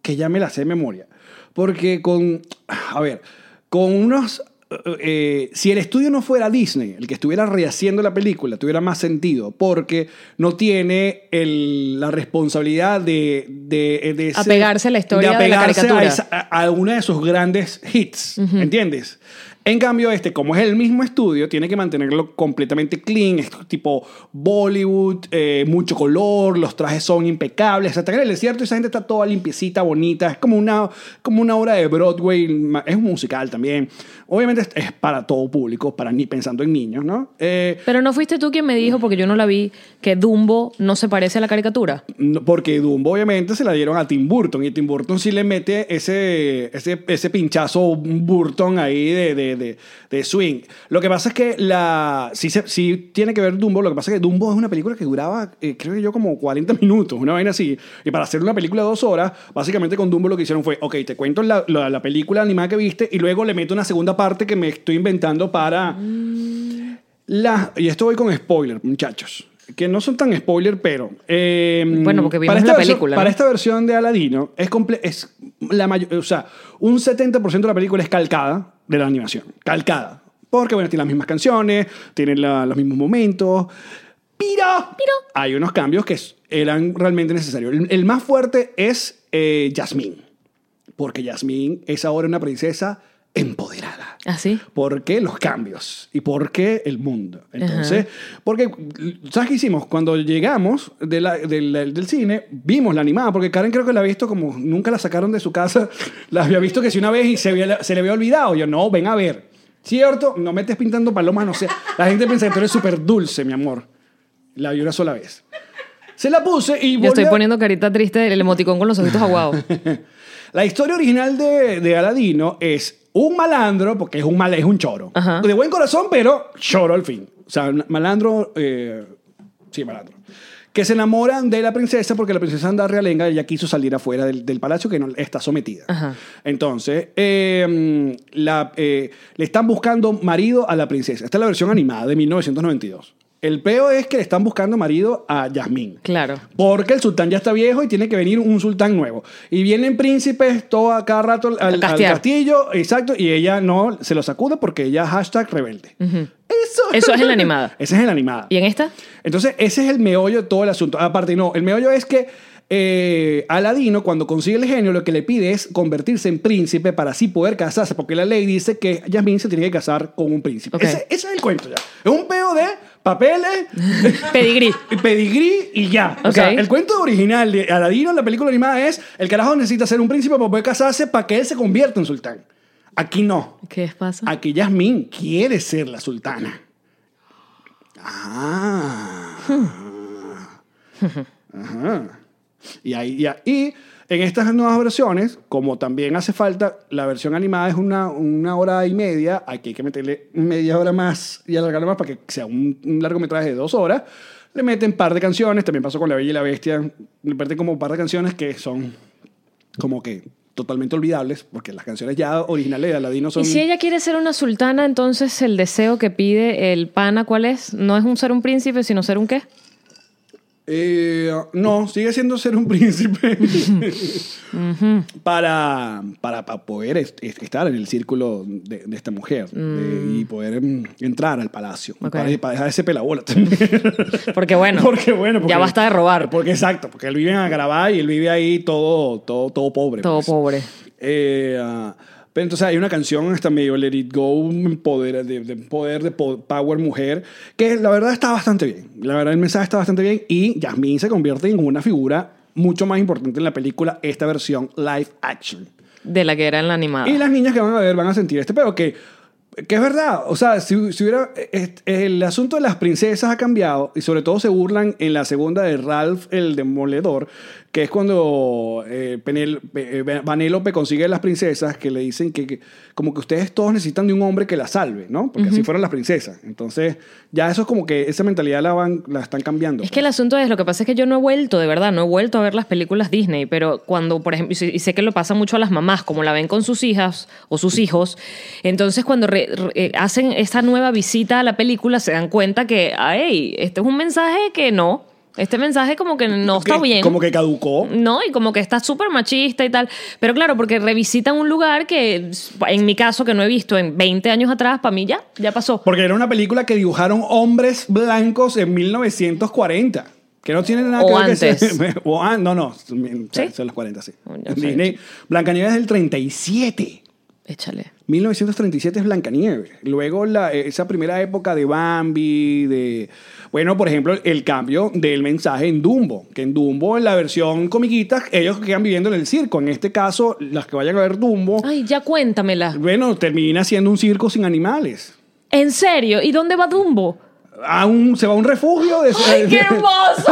[SPEAKER 1] que ya me la sé de memoria. Porque con, a ver, con unos... eh, eh, si el estudio no fuera Disney, el que estuviera rehaciendo la película, tuviera más sentido, porque no tiene el- la responsabilidad de, de, de ese-
[SPEAKER 2] Apegarse a la historia de la
[SPEAKER 1] apegarse a
[SPEAKER 2] caricatura.
[SPEAKER 1] esa- a alguno de sus grandes hits, ¿entiendes? En cambio, este, como es el mismo estudio, tiene que mantenerlo completamente clean, es tipo Bollywood, eh, mucho color, los trajes son impecables, hasta que en el desierto esa gente está toda limpiecita, bonita, es como una, como una obra de Broadway, ma- es un musical también. Obviamente es- es para todo público, para ni pensando en niños, ¿no? Eh,
[SPEAKER 2] Pero no fuiste tú quien me dijo, porque yo no la vi, que Dumbo no se parece a la caricatura.
[SPEAKER 1] No, Porque Dumbo obviamente se la dieron a Tim Burton y Tim Burton sí le mete ese, ese, ese pinchazo Burton ahí de, de, de- de swing. Lo que pasa es que la, sí, se- sí tiene que ver Dumbo, lo que pasa es que Dumbo es una película que duraba, eh, creo que yo, como 40 minutos, una vaina así. Y para hacer una película de dos horas, básicamente con Dumbo lo que hicieron fue, ok, te cuento la, la- la película animada que viste y luego le meto una segunda parte que me estoy inventando para... La, y esto voy con spoiler, muchachos. Que no son tan spoiler, pero. eh,
[SPEAKER 2] Bueno, porque vimos
[SPEAKER 1] para esta
[SPEAKER 2] la
[SPEAKER 1] versión-
[SPEAKER 2] película, ¿no?
[SPEAKER 1] Para esta versión de Aladino, es, comple- es la may- O sea, un 70% de la película es calcada de la animación. Calcada. Porque, bueno, tiene las mismas canciones, tiene la- los mismos momentos. ¡Piro! Hay unos cambios que s- eran realmente necesarios. El, el más fuerte es eh, Jasmine. Porque Jasmine es ahora una princesa empoderada.
[SPEAKER 2] ¿Así?
[SPEAKER 1] ¿Por qué los cambios? ¿Y por qué el mundo? Entonces, porque, ¿sabes qué hicimos? Cuando llegamos de la- del- del- del cine, vimos la animada, porque Karen creo que la ha visto como nunca la sacaron de su casa, la había visto que si una vez y se, había- se le había olvidado. Yo, no, ven a ver. ¿Cierto? No me estés pintando palomas, no sé. La gente piensa que tú eres súper dulce, mi amor. La vi una sola vez. Se la puse y
[SPEAKER 2] Yo estoy
[SPEAKER 1] volví a-
[SPEAKER 2] poniendo carita triste, el emoticón con los ojitos aguados.
[SPEAKER 1] la historia original de, de Aladino es un malandro, porque es un mal, es un choro.
[SPEAKER 2] Ajá.
[SPEAKER 1] De buen corazón, pero choro al fin. O sea, un malandro, eh, sí, malandro. que se enamoran de la princesa porque la princesa anda realenga y ella quiso salir afuera del, del palacio que no está sometida.
[SPEAKER 2] Ajá.
[SPEAKER 1] Entonces, eh, la, eh, le están buscando marido a la princesa. Esta es la versión animada de 1992. El peo es que le están buscando marido a Yasmín.
[SPEAKER 2] Claro.
[SPEAKER 1] Porque el sultán ya está viejo y tiene que venir un sultán nuevo. Y vienen príncipes todo a cada rato al, al
[SPEAKER 2] castear.
[SPEAKER 1] castillo, exacto, y ella no se lo sacude porque ella hashtag rebelde. Eso,
[SPEAKER 2] Eso es en la animada.
[SPEAKER 1] Esa es en la animada.
[SPEAKER 2] ¿Y en esta?
[SPEAKER 1] Entonces, ese es el meollo de todo el asunto. Aparte, no, el meollo es que eh, Aladino, cuando consigue el genio, lo que le pide es convertirse en príncipe para así poder casarse, porque la ley dice que Yasmín se tiene que casar con un príncipe.
[SPEAKER 2] Ok.
[SPEAKER 1] Ese, ese es el cuento ya. Es un peo de papeles,
[SPEAKER 2] Pedigrí.
[SPEAKER 1] pedigrí y ya. O sea,
[SPEAKER 2] Ok.
[SPEAKER 1] el cuento original de Aladino en la película animada es el carajo necesita ser un príncipe para poder casarse para que él se convierta en sultán. Aquí Ah, no.
[SPEAKER 2] ¿Qué les pasa?
[SPEAKER 1] Aquí Yasmín quiere ser la sultana. Ah.
[SPEAKER 2] Hmm.
[SPEAKER 1] Ajá. Y ahí y ahí- y en estas nuevas versiones, como también hace falta, la versión animada es una, una hora y media, aquí hay que meterle media hora más y alargarla más para que sea un, un largometraje de dos horas. Le meten par de canciones, también pasó con La Bella y la Bestia, le meten como un par de canciones que son como que totalmente olvidables, porque las canciones ya originales de Aladino son...
[SPEAKER 2] Y si ella quiere ser una sultana, entonces el deseo que pide el pana, ¿cuál es? No es un ser un príncipe, sino ser un qué?
[SPEAKER 1] Eh, no, sigue siendo ser un príncipe para, para, para poder est- est- estar en el círculo de, de esta mujer de- y poder mm, entrar al palacio.
[SPEAKER 2] Ok.
[SPEAKER 1] Para, para dejar ese pelabola también.
[SPEAKER 2] Porque bueno,
[SPEAKER 1] porque bueno. porque-
[SPEAKER 2] ya basta de robar.
[SPEAKER 1] Porque exacto, porque él vive en Agrabá y él vive ahí todo, todo, todo pobre.
[SPEAKER 2] Todo
[SPEAKER 1] pues.
[SPEAKER 2] pobre.
[SPEAKER 1] Eh, ah, pero entonces hay una canción hasta medio Let It Go, en poder, de, de poder, de po- power mujer, que la verdad está bastante bien. La verdad el mensaje está bastante bien y Jasmine se convierte en una figura mucho más importante en la película, esta versión live action.
[SPEAKER 2] De la que era en la animada.
[SPEAKER 1] Y las niñas que van a ver van a sentir este pero que, que es verdad. O sea, si, si hubiera. est- el asunto de las princesas ha cambiado y sobre todo se burlan en la segunda de Ralph el Demoledor, que es cuando eh, Penel- eh, eh, Vanélope consigue las princesas que le dicen que, que como que ustedes todos necesitan de un hombre que las salve, ¿no? Porque así fueron las princesas. Entonces, ya eso es como que esa mentalidad la, van, la están cambiando.
[SPEAKER 2] Es que el asunto es, lo que pasa es que yo no he vuelto, de verdad, no he vuelto a ver las películas Disney, pero cuando, por ejemplo, y sé- y sé que lo pasa mucho a las mamás, como la ven con sus hijas o sus hijos, entonces cuando re- re- eh, hacen esta nueva visita a la película se dan cuenta que, ay, este es un mensaje que no, este mensaje como que no está
[SPEAKER 1] Que-
[SPEAKER 2] bien.
[SPEAKER 1] Como que caducó.
[SPEAKER 2] No, y como que está súper machista y tal. Pero claro, porque revisitan un lugar que, en mi caso, que no he visto en 20 años atrás, para mí ya, ya pasó.
[SPEAKER 1] Porque era una película que dibujaron hombres blancos en 1940. Que no tienen nada
[SPEAKER 2] O
[SPEAKER 1] que ver
[SPEAKER 2] antes.
[SPEAKER 1] que se- o an- no, no. Son
[SPEAKER 2] ¿Sí?
[SPEAKER 1] los 40, sí.
[SPEAKER 2] Oh, ya sé.
[SPEAKER 1] Disney. Blancanieves del 37.
[SPEAKER 2] Échale.
[SPEAKER 1] 1937 es Blancanieves. Luego la, eh, esa primera época de Bambi, de... Bueno, por ejemplo, el cambio del mensaje en Dumbo. Que en Dumbo, en la versión comiquita, ellos quedan viviendo en el circo. En este caso, las que vayan a ver Dumbo,
[SPEAKER 2] Ay, ya cuéntamela.
[SPEAKER 1] bueno, termina siendo un circo sin animales.
[SPEAKER 2] ¿En serio? ¿Y dónde va Dumbo?
[SPEAKER 1] a un- se va a un refugio de
[SPEAKER 2] ¡Ay, qué hermoso!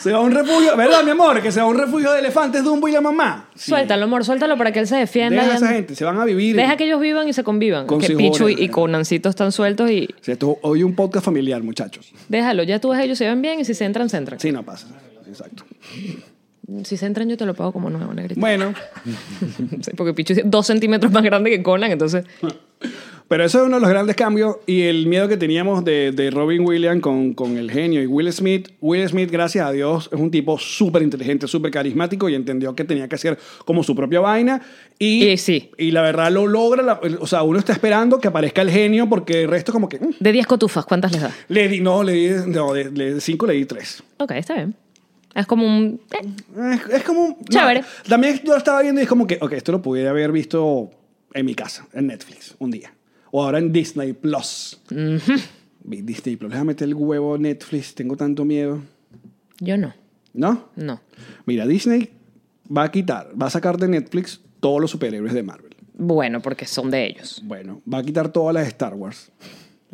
[SPEAKER 1] se va a un refugio verdad mi amor que se va a un refugio de elefantes Dumbo y la mamá Sí.
[SPEAKER 2] Suéltalo, amor, suéltalo para que él se defienda.
[SPEAKER 1] deja a
[SPEAKER 2] ya-
[SPEAKER 1] esa gente se van a vivir
[SPEAKER 2] Deja que ellos vivan y se convivan.
[SPEAKER 1] Con
[SPEAKER 2] que
[SPEAKER 1] sus
[SPEAKER 2] Pichu y,
[SPEAKER 1] jóvenes.
[SPEAKER 2] y Conancito están sueltos y
[SPEAKER 1] Sí, esto es hoy un podcast familiar muchachos
[SPEAKER 2] déjalo. Ya tú ves, ellos se ven bien y si se entran, se entran.
[SPEAKER 1] sí no pasa exacto
[SPEAKER 2] Si se entran, yo te lo pago como nuevo, negrito.
[SPEAKER 1] bueno
[SPEAKER 2] Sí, porque Pichu es dos centímetros más grande que Conan, entonces.
[SPEAKER 1] pero eso es uno de los grandes cambios y el miedo que teníamos de, de Robin Williams con, con el genio y Will Smith Will Smith gracias a Dios es un tipo súper inteligente súper carismático y entendió que tenía que hacer como su propia vaina y,
[SPEAKER 2] Y sí.
[SPEAKER 1] y la verdad lo logra la- o sea uno está esperando que aparezca el genio porque el resto como que mm,
[SPEAKER 2] De 10 cotufas, ¿cuántas les da?
[SPEAKER 1] Le di, no, le di, no, de, le- de cinco le di tres.
[SPEAKER 2] Ok, está bien. Es como un. eh,
[SPEAKER 1] Es, es como... un- no,
[SPEAKER 2] Chévere.
[SPEAKER 1] también yo lo estaba viendo y es como que, ok, esto lo pudiera haber visto en mi casa, en Netflix, un día. O ahora en Disney Plus. Vi Disney Plus, déjame meter el huevo a Netflix, tengo tanto miedo.
[SPEAKER 2] Yo no.
[SPEAKER 1] ¿No?
[SPEAKER 2] No.
[SPEAKER 1] Mira, Disney va a quitar, va a sacar de Netflix todos los superhéroes de Marvel.
[SPEAKER 2] Bueno, porque son de ellos.
[SPEAKER 1] Bueno, va a quitar todas las de Star Wars.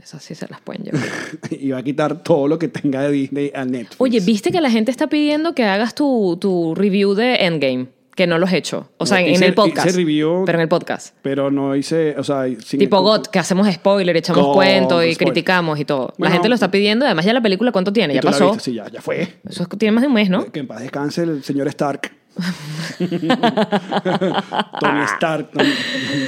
[SPEAKER 2] Esas sí se las pueden llevar.
[SPEAKER 1] y va a quitar todo lo que tenga de Disney a Netflix.
[SPEAKER 2] Oye, ¿viste que la gente está pidiendo que hagas tu, tu review de Endgame? que no los he hecho. O sea,
[SPEAKER 1] No,
[SPEAKER 2] en, en
[SPEAKER 1] hice-
[SPEAKER 2] el podcast.
[SPEAKER 1] hice review.
[SPEAKER 2] Pero en el podcast.
[SPEAKER 1] Pero no hice, o sea, sin-
[SPEAKER 2] Tipo GOT, que hacemos spoiler, echamos
[SPEAKER 1] Con
[SPEAKER 2] cuentos y
[SPEAKER 1] spoiler.
[SPEAKER 2] criticamos y todo.
[SPEAKER 1] Bueno.
[SPEAKER 2] la gente lo está pidiendo. Además, ya la película, ¿cuánto tiene?
[SPEAKER 1] Y
[SPEAKER 2] Ya
[SPEAKER 1] tú la
[SPEAKER 2] pasó.
[SPEAKER 1] viste, Sí, ya, ya fue.
[SPEAKER 2] Eso es- tiene más de un mes, ¿no?
[SPEAKER 1] Que en paz descanse el señor Stark. Tony Stark, tan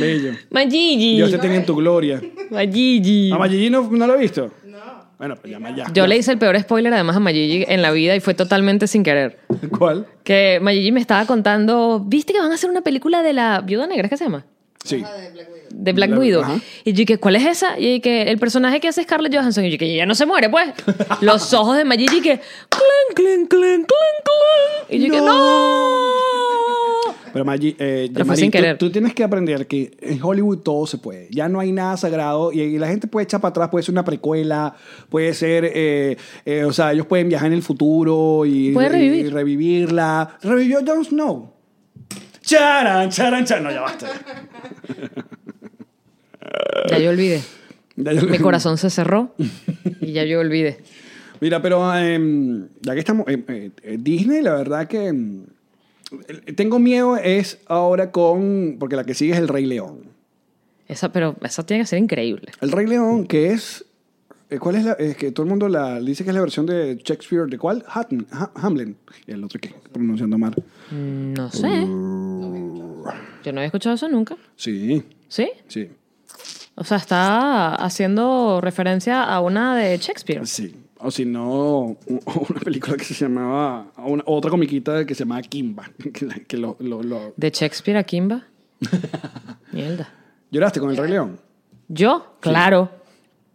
[SPEAKER 1] bello.
[SPEAKER 2] Magigi.
[SPEAKER 1] Dios te tenga en tu gloria.
[SPEAKER 2] Magigi.
[SPEAKER 1] ¿A Magigi no, no lo he visto? No. Bueno, pues llama ya.
[SPEAKER 2] Yo le hice el peor spoiler además a Magigi en la vida y fue totalmente sin querer.
[SPEAKER 1] ¿Cuál?
[SPEAKER 2] Que Mayigi me estaba contando, ¿viste que van a hacer una película de la viuda negra? ¿Es que se llama?
[SPEAKER 1] Sí.
[SPEAKER 2] De Black
[SPEAKER 1] La-
[SPEAKER 2] Widow.
[SPEAKER 1] ajá.
[SPEAKER 2] Y yo dije, ¿cuál es esa? Y que el personaje que hace Scarlett Johansson. Y yo que ya no se muere, pues. Los ojos de Mayigi que... Clan, clan, clan, clan, clan. Y yo que no.
[SPEAKER 1] Pero Maggi, eh,
[SPEAKER 2] Pero fue
[SPEAKER 1] Yamari,
[SPEAKER 2] sin
[SPEAKER 1] tú-
[SPEAKER 2] querer.
[SPEAKER 1] Tú, tienes que aprender que en Hollywood todo se puede. Ya no hay nada sagrado y, y la gente puede echar para atrás, puede ser una precuela, puede ser, eh, eh, o sea, ellos pueden viajar en el futuro y,
[SPEAKER 2] Puede
[SPEAKER 1] y-
[SPEAKER 2] revivir.
[SPEAKER 1] y revivirla. Revivió Jon Snow. Charan, charan, charan. No, ya basta.
[SPEAKER 2] Ya yo olvidé.
[SPEAKER 1] Ya yo-
[SPEAKER 2] Mi corazón se cerró y ya yo olvidé.
[SPEAKER 1] Mira, pero em, ya que estamos. em, eh, eh, Disney, la verdad que. em, eh, tengo miedo es ahora con. Porque la que sigue es El Rey León.
[SPEAKER 2] Esa, pero esa tiene que ser increíble.
[SPEAKER 1] El Rey León, que es. eh, ¿Cuál es la.? Es que todo el mundo la, dice que es la versión de Shakespeare, ¿de cuál? Hatton, Ha- Hamlin. Y el otro que pronunciando mal.
[SPEAKER 2] No sé. Yo no había escuchado eso nunca.
[SPEAKER 1] Sí,
[SPEAKER 2] ¿Sí?
[SPEAKER 1] sí,
[SPEAKER 2] O sea, está haciendo referencia a una de Shakespeare.
[SPEAKER 1] sí. O si no, u- una película que se llamaba. una- otra comiquita que se llamaba Kimba. Que, la- que lo, lo- lo-
[SPEAKER 2] De Shakespeare a Kimba. Mierda.
[SPEAKER 1] ¿Lloraste con El Rey León?
[SPEAKER 2] Yo, claro.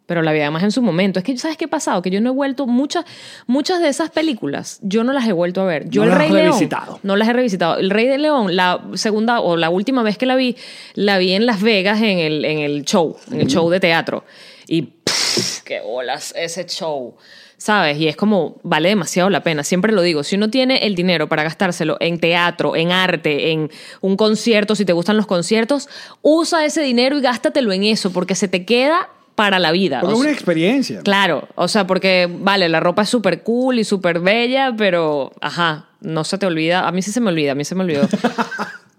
[SPEAKER 2] Pero la vi además en su momento. Es que, ¿sabes qué ha pasado? Que yo no he vuelto muchas, muchas de esas películas, yo no las he vuelto a ver. Yo
[SPEAKER 1] No las
[SPEAKER 2] el Rey
[SPEAKER 1] has
[SPEAKER 2] León.
[SPEAKER 1] revisitado.
[SPEAKER 2] No las he revisitado. El Rey de León, la segunda o la última vez que la vi, la vi en Las Vegas en el, en el show, en el show de teatro. Y pff, qué bolas ese show. ¿Sabes? Y es como, vale demasiado la pena. Siempre lo digo. Si uno tiene el dinero para gastárselo en teatro, en arte, en un concierto, si te gustan los conciertos, usa ese dinero y gástatelo en eso, porque se te queda para la vida.
[SPEAKER 1] Porque es
[SPEAKER 2] O sea,
[SPEAKER 1] una experiencia.
[SPEAKER 2] Claro, o sea, porque, vale, la ropa es súper cool y súper bella, pero, ajá, no se te olvida. A mí sí se me olvida, a mí se me olvidó.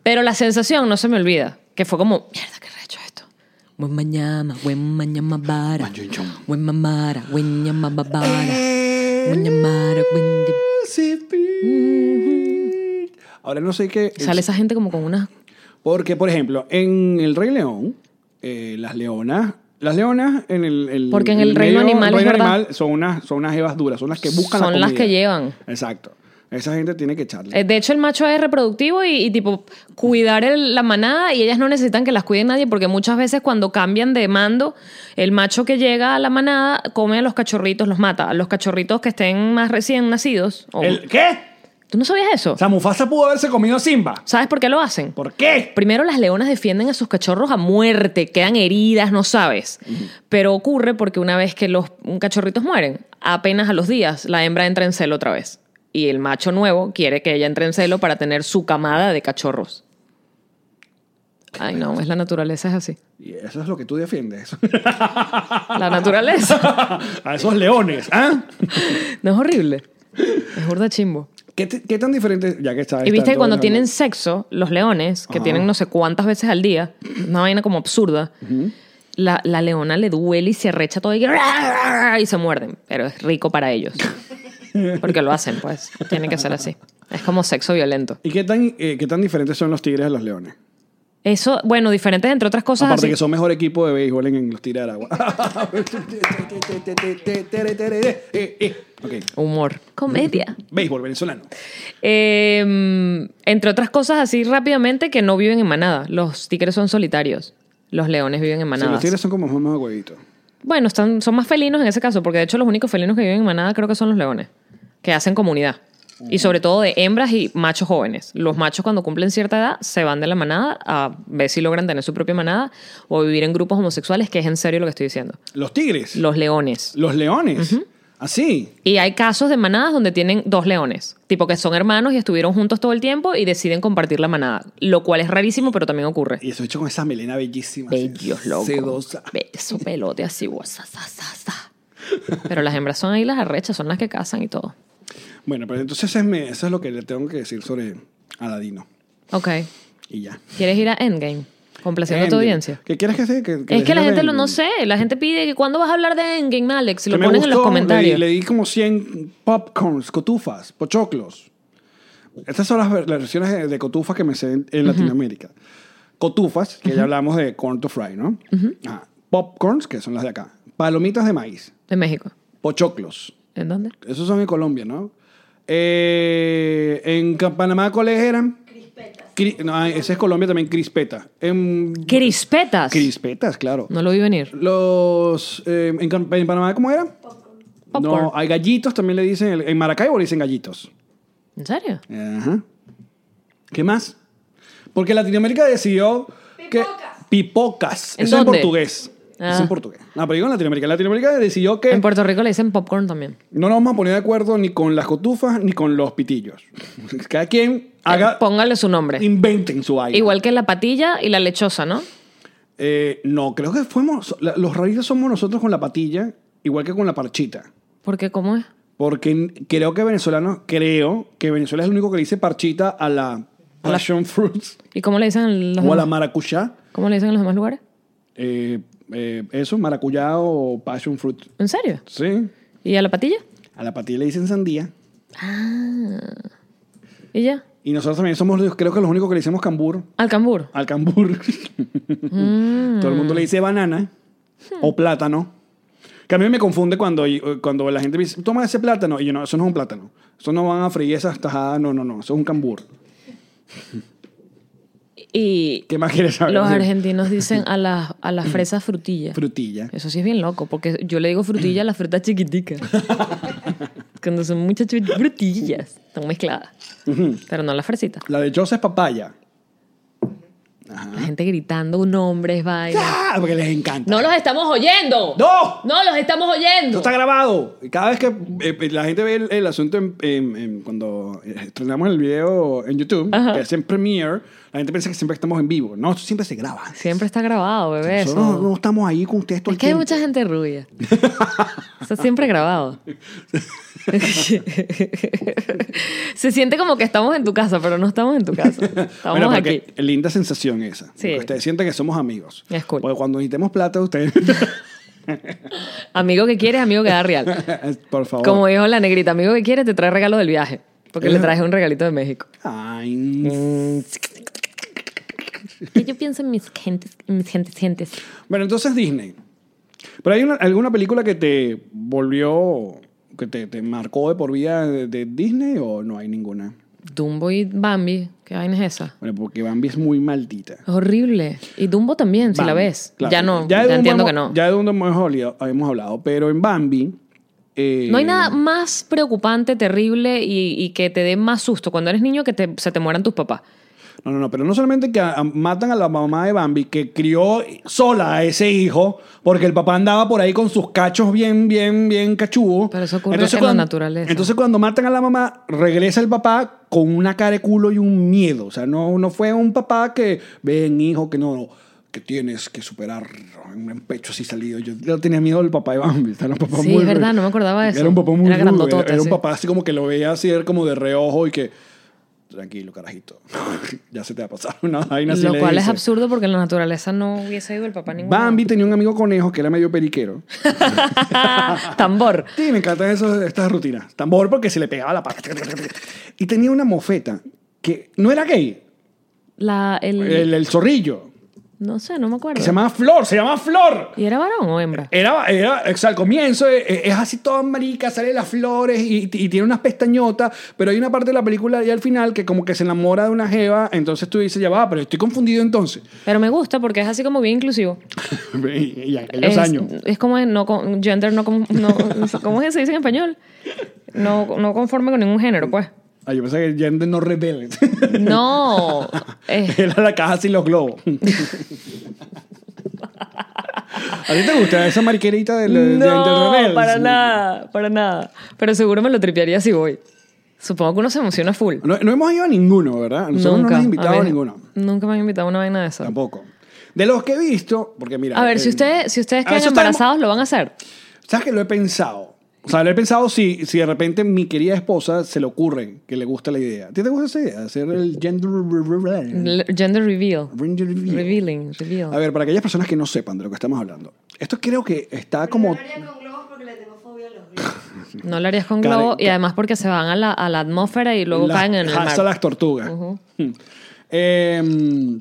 [SPEAKER 2] pero la sensación no se me olvida, que fue como, mierda, qué recho esto. Buen mañana, buen mañana bara. Buen mamara, buen mañana babara. Buen llamar, buen llam-
[SPEAKER 1] Ahora no sé qué.
[SPEAKER 2] Sale esa gente como con una...
[SPEAKER 1] Porque, por ejemplo, en El Rey León, eh, las leonas. Las leonas en el. el-
[SPEAKER 2] Porque en el reino animal es
[SPEAKER 1] reino
[SPEAKER 2] verdad.
[SPEAKER 1] animal son unas son unas evas duras, son las que buscan la
[SPEAKER 2] Son las
[SPEAKER 1] comida.
[SPEAKER 2] que llevan.
[SPEAKER 1] Exacto. Esa gente tiene que echarle.
[SPEAKER 2] Eh, De hecho, el macho es reproductivo y, y, tipo cuidar el- la manada y ellas no necesitan que las cuide nadie porque muchas veces cuando cambian de mando, el macho que llega a la manada come a los cachorritos, los mata, a los cachorritos que estén más recién nacidos. o-
[SPEAKER 1] ¿El qué?
[SPEAKER 2] ¿Tú no sabías eso?
[SPEAKER 1] O sea, Mufasa pudo haberse comido a Simba.
[SPEAKER 2] ¿Sabes por qué lo hacen?
[SPEAKER 1] ¿Por qué?
[SPEAKER 2] Primero las leonas defienden a sus cachorros a muerte, quedan heridas, no sabes. Pero ocurre porque una vez que los cachorritos mueren, apenas a los días la hembra entra en celo otra vez. Y el macho nuevo quiere que ella entre en celo para tener su camada de cachorros. Ay, no, es la naturaleza, es así.
[SPEAKER 1] Y eso es lo que tú defiendes.
[SPEAKER 2] La naturaleza.
[SPEAKER 1] a esos leones, ¿ah?
[SPEAKER 2] No es horrible. Es burda chimbo.
[SPEAKER 1] ¿Qué, te- qué tan diferente? Ya que está.
[SPEAKER 2] Y viste que cuando tienen sexo, los leones, que
[SPEAKER 1] Ajá.
[SPEAKER 2] tienen no sé cuántas veces al día, una vaina como absurda, la, la leona le duele y se arrecha todo y, y se muerden. Pero es rico para ellos. Porque lo hacen, pues. Tiene que ser así. Es como sexo violento.
[SPEAKER 1] ¿Y qué tan, eh, qué tan diferentes son los tigres a los leones?
[SPEAKER 2] Eso, bueno, diferentes entre otras cosas.
[SPEAKER 1] Aparte
[SPEAKER 2] así-
[SPEAKER 1] que son mejor equipo de béisbol en, en los tirar agua. ok.
[SPEAKER 2] Humor. Comedia.
[SPEAKER 1] Béisbol venezolano.
[SPEAKER 2] Ah, Eh, entre otras cosas así rápidamente que no viven en manada. Los tigres son solitarios. Los leones viven en
[SPEAKER 1] Sí,
[SPEAKER 2] manadas.
[SPEAKER 1] los tigres son como más huevitos.
[SPEAKER 2] Bueno, están, son más felinos en ese caso, porque de hecho los únicos felinos que viven en manada creo que son los leones, que hacen comunidad. Y sobre todo de hembras y machos jóvenes. Los machos cuando cumplen cierta edad se van de la manada a ver si logran tener su propia manada o vivir en grupos homosexuales, que es en serio lo que estoy diciendo.
[SPEAKER 1] Los tigres.
[SPEAKER 2] Los leones.
[SPEAKER 1] Los leones. Así.
[SPEAKER 2] Y hay casos de manadas donde tienen dos leones, tipo que son hermanos y estuvieron juntos todo el tiempo y deciden compartir la manada, lo cual es rarísimo, pero también ocurre.
[SPEAKER 1] Y eso hecho con esa melena bellísima. así,
[SPEAKER 2] Bellos, loco.
[SPEAKER 1] Sedosa.
[SPEAKER 2] Ve Su pelote así, guau, sa, sa, sa, sa. Pero las hembras son ahí las arrechas, son las que cazan y todo.
[SPEAKER 1] Bueno, pero entonces es me- eso es lo que le tengo que decir sobre Aladino.
[SPEAKER 2] Ok.
[SPEAKER 1] Y ya.
[SPEAKER 2] ¿Quieres ir a Endgame? Complaciendo a tu
[SPEAKER 1] Endgame.
[SPEAKER 2] audiencia.
[SPEAKER 1] ¿Qué quieres que sea? Que-
[SPEAKER 2] Es que la
[SPEAKER 1] les
[SPEAKER 2] gente
[SPEAKER 1] diga
[SPEAKER 2] lo, no
[SPEAKER 1] Endgame?
[SPEAKER 2] sé, la gente pide que cuándo vas a hablar de Endgame, Alex, lo
[SPEAKER 1] Que me
[SPEAKER 2] ponen en los
[SPEAKER 1] gustó,
[SPEAKER 2] comentarios.
[SPEAKER 1] Le, le di como 100 popcorns, cotufas, pochoclos. Estas son las, ver- las versiones de, de cotufas que me sé en, en Latinoamérica. Cotufas, que ya hablamos de corn to fry, ¿no? Ajá. Popcorns, que son las de acá. Palomitas de maíz.
[SPEAKER 2] De México.
[SPEAKER 1] Pochoclos.
[SPEAKER 2] ¿En dónde?
[SPEAKER 1] Esos son en Colombia, ¿no? Eh, en Ca- Panamá, ¿cuáles eran? Crispetas. no, ese es Colombia también, crispeta. En
[SPEAKER 2] Crispetas.
[SPEAKER 1] crispetas, claro.
[SPEAKER 2] No lo vi venir.
[SPEAKER 1] Los. eh, en, Can- en Panamá, ¿cómo era?
[SPEAKER 2] Popcorn.
[SPEAKER 1] No, hay gallitos, también le dicen. el- En Maracaibo le dicen gallitos.
[SPEAKER 2] ¿En serio?
[SPEAKER 1] Ajá. ¿Qué más? Porque Latinoamérica decidió. Que, pipocas.
[SPEAKER 2] ¿En
[SPEAKER 1] Eso
[SPEAKER 2] dónde?
[SPEAKER 1] en portugués. Eso
[SPEAKER 2] Ah.
[SPEAKER 1] en portugués. No, pero digo en Latinoamérica. Latinoamérica decidió que
[SPEAKER 2] En Puerto Rico le dicen popcorn también.
[SPEAKER 1] no nos vamos a poner de acuerdo ni con las cotufas ni con los pitillos. Cada quien
[SPEAKER 2] Eh,
[SPEAKER 1] haga.
[SPEAKER 2] Póngale su nombre.
[SPEAKER 1] Inventen su aire.
[SPEAKER 2] Igual que la patilla y la lechosa, ¿no?
[SPEAKER 1] Eh, no, creo que fuimos. la- Los raíces somos nosotros con la patilla, igual que con la parchita.
[SPEAKER 2] Porque ¿cómo es?
[SPEAKER 1] Porque n- creo que venezolanos, creo que Venezuela es el único que le dice parchita a la passion fruits
[SPEAKER 2] ¿Y cómo le dicen en los
[SPEAKER 1] o a la
[SPEAKER 2] demás-
[SPEAKER 1] maracuyá.
[SPEAKER 2] ¿Cómo le dicen en los demás lugares?
[SPEAKER 1] Eh, eh, eso, maracuyá o passion fruit.
[SPEAKER 2] ¿En serio?
[SPEAKER 1] Sí.
[SPEAKER 2] ¿Y a la patilla?
[SPEAKER 1] A la patilla le dicen sandía.
[SPEAKER 2] ¿Y ya?
[SPEAKER 1] Y nosotros también somos, los- creo que los únicos que le decimos cambur.
[SPEAKER 2] ¿Al cambur?
[SPEAKER 1] Al cambur. Todo el mundo le dice banana
[SPEAKER 2] Hmm.
[SPEAKER 1] o plátano. Que a mí me confunde cuando, cuando la gente me dice, toma ese plátano. Y yo, no, eso no es un plátano. Eso no van a freír esas tajadas. No, no, no. Eso es un cambur.
[SPEAKER 2] Y
[SPEAKER 1] ¿Qué más quieres saber?
[SPEAKER 2] los
[SPEAKER 1] Ah, Sí.
[SPEAKER 2] argentinos dicen a las a las fresas frutilla.
[SPEAKER 1] Frutilla.
[SPEAKER 2] Eso sí es bien loco, porque yo le digo frutilla a las frutas chiquiticas. Cuando son muchas chu- frutillas, están mezcladas. Pero no las fresitas.
[SPEAKER 1] La de lechosa es papaya.
[SPEAKER 2] La gente gritando nombres, vaina.
[SPEAKER 1] ¡Ah! Porque les encanta.
[SPEAKER 2] ¡No los estamos oyendo!
[SPEAKER 1] ¡No!
[SPEAKER 2] ¡No los estamos
[SPEAKER 1] Esto
[SPEAKER 2] oyendo!
[SPEAKER 1] está grabado. Y Cada vez que eh, eh, la gente ve el, el asunto en- en- en- cuando eh, estrenamos el video en YouTube, que es en Premiere, la gente piensa que siempre estamos en vivo. No, esto siempre se graba.
[SPEAKER 2] Siempre está grabado, bebé.
[SPEAKER 1] Nosotros
[SPEAKER 2] eso.
[SPEAKER 1] No, no estamos ahí con ustedes todo
[SPEAKER 2] Es
[SPEAKER 1] el
[SPEAKER 2] que hay
[SPEAKER 1] tiempo.
[SPEAKER 2] mucha gente rubia. Está siempre grabado. Se siente como que estamos en tu casa, pero no estamos en tu casa. Estamos
[SPEAKER 1] Bueno,
[SPEAKER 2] aquí.
[SPEAKER 1] porque linda sensación esa.
[SPEAKER 2] Sí.
[SPEAKER 1] Que ustedes sienten que somos amigos.
[SPEAKER 2] Es cool.
[SPEAKER 1] Porque cuando necesitemos plata, ustedes.
[SPEAKER 2] Amigo que quieres, amigo que da real.
[SPEAKER 1] Por favor.
[SPEAKER 2] Como dijo la negrita, amigo que quieres, te trae regalo del viaje. Porque le
[SPEAKER 1] Eh.
[SPEAKER 2] traje un regalito de México.
[SPEAKER 1] Ay.
[SPEAKER 2] Que yo pienso en mis gentes, en mis gentes, gentes.
[SPEAKER 1] Bueno, entonces Disney. Pero hay una- alguna película que te volvió, que te, te marcó de por vida de, de Disney o no hay ninguna.
[SPEAKER 2] Dumbo y Bambi, ¿qué vaina es esa?
[SPEAKER 1] Bueno, porque Bambi es muy maldita.
[SPEAKER 2] Es horrible. Y Dumbo también, si la
[SPEAKER 1] Bambi,
[SPEAKER 2] ves.
[SPEAKER 1] claro.
[SPEAKER 2] Ya no, ya,
[SPEAKER 1] de Dumbo
[SPEAKER 2] entiendo
[SPEAKER 1] hemos-
[SPEAKER 2] que no.
[SPEAKER 1] Ya de Dumbo hemos hablado- hemos hablado, pero en Bambi... eh,
[SPEAKER 2] No hay nada más preocupante, terrible y, y que te dé más susto cuando eres niño que te- se te mueran tus papás.
[SPEAKER 1] No, no, no, pero no solamente que a- a- matan a la mamá de Bambi, que crió sola a ese hijo, porque el papá andaba por ahí con sus cachos bien, bien, bien cachubos.
[SPEAKER 2] Pero eso ocurre en la
[SPEAKER 1] cuando-
[SPEAKER 2] naturaleza.
[SPEAKER 1] Entonces cuando matan a la mamá, regresa el papá con una cara de culo y un miedo. O sea, no, no fue un papá que, ven hijo, que no, que tienes que superar un pecho así salido. Yo le tenía miedo al papá de Bambi. O sea, era un papá
[SPEAKER 2] Sí,
[SPEAKER 1] muy-
[SPEAKER 2] es verdad, no me acordaba de eso.
[SPEAKER 1] Era un papá muy
[SPEAKER 2] Era
[SPEAKER 1] rudo,
[SPEAKER 2] grandotote,
[SPEAKER 1] Era un
[SPEAKER 2] sí.
[SPEAKER 1] papá así como que lo veía así, era como de reojo y que... Tranquilo, carajito. ya se te va a pasar una vaina así
[SPEAKER 2] Lo
[SPEAKER 1] le
[SPEAKER 2] cual es
[SPEAKER 1] dice.
[SPEAKER 2] absurdo porque en la naturaleza no hubiese ido el papá ninguno.
[SPEAKER 1] Bambi tenía un amigo conejo que era medio periquero.
[SPEAKER 2] Tambor.
[SPEAKER 1] Sí, me encantan esos- estas rutinas. Tambor porque se le pegaba la pata. Y tenía una mofeta que no era gay.
[SPEAKER 2] La, el,
[SPEAKER 1] El, el zorrillo.
[SPEAKER 2] no sé, no me acuerdo.
[SPEAKER 1] Que se llamaba Flor. Se llamaba Flor.
[SPEAKER 2] ¿Y era varón o hembra?
[SPEAKER 1] Era, era, o sea, al comienzo eh, eh, es, así toda marica, sale las flores y, y tiene unas pestañotas, pero hay una parte de la película y al final que como que se enamora de una jeva, entonces tú dices, ya va, pero estoy confundido entonces.
[SPEAKER 2] Pero me gusta porque es así como bien inclusivo.
[SPEAKER 1] y, y aquellos
[SPEAKER 2] Es,
[SPEAKER 1] años.
[SPEAKER 2] es como en no con- gender no, con- no ¿cómo es que se dice en español? No, no conforme con ningún género, pues.
[SPEAKER 1] Ay, yo pensaba que Gender no rebelde.
[SPEAKER 2] No. eh,
[SPEAKER 1] Era la caja sin los globos. ¿A ti te gusta esa mariquerita del, del- del
[SPEAKER 2] no,
[SPEAKER 1] rebelde?
[SPEAKER 2] para nada, para nada. Pero seguro me lo tripearía si voy. Supongo que uno se emociona full.
[SPEAKER 1] No, no hemos ido a ninguno, ¿verdad? Nosotros
[SPEAKER 2] nunca.
[SPEAKER 1] no nos han invitado
[SPEAKER 2] a
[SPEAKER 1] a,
[SPEAKER 2] mí-
[SPEAKER 1] ninguno.
[SPEAKER 2] Nunca me han invitado a una vaina de esa.
[SPEAKER 1] Tampoco. De los que he visto, porque mira.
[SPEAKER 2] A ver,
[SPEAKER 1] eh,
[SPEAKER 2] si, ustedes si ustedes
[SPEAKER 1] a ver,
[SPEAKER 2] quedan
[SPEAKER 1] eso está-
[SPEAKER 2] embarazados, lo van a hacer.
[SPEAKER 1] ¿Sabes que lo he pensado? O sea, haber pensado si, si de repente mi querida esposa se le ocurre que le gusta la idea. ¿A ti te gusta esa idea? Hacer el gender...
[SPEAKER 2] L- Gender reveal.
[SPEAKER 1] Gender reveal.
[SPEAKER 2] Revealing, reveal.
[SPEAKER 1] A ver, para aquellas personas que no sepan de lo que estamos hablando. Esto creo que está como...
[SPEAKER 4] No haría con globos porque le tengo fobia a los globos.
[SPEAKER 2] No lo harías con
[SPEAKER 1] Karen,
[SPEAKER 2] globo y
[SPEAKER 1] ca-
[SPEAKER 2] además porque se van a la, a la atmósfera y luego
[SPEAKER 1] las-
[SPEAKER 2] caen en el
[SPEAKER 1] hasta
[SPEAKER 2] mar.
[SPEAKER 1] las tortugas.
[SPEAKER 2] Ujú.
[SPEAKER 1] Eh,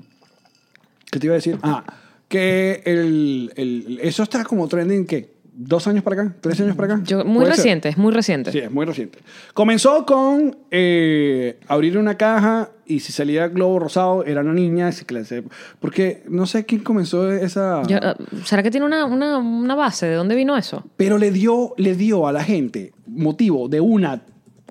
[SPEAKER 1] ¿Qué te iba a decir? Ah, que el, el- eso está como trending, ¿qué? ¿Dos años para acá? ¿Tres años para acá?
[SPEAKER 2] Yo- muy
[SPEAKER 1] ¿Puede ser?
[SPEAKER 2] reciente, es muy reciente.
[SPEAKER 1] Sí, es muy reciente. Comenzó con eh, abrir una caja y si salía globo rosado era una niña. si que la- se- Porque no sé quién comenzó esa...
[SPEAKER 2] Yo, eh, ¿Será que tiene una, una, una base? ¿De dónde vino eso?
[SPEAKER 1] Pero le dio, le dio a la gente motivo de una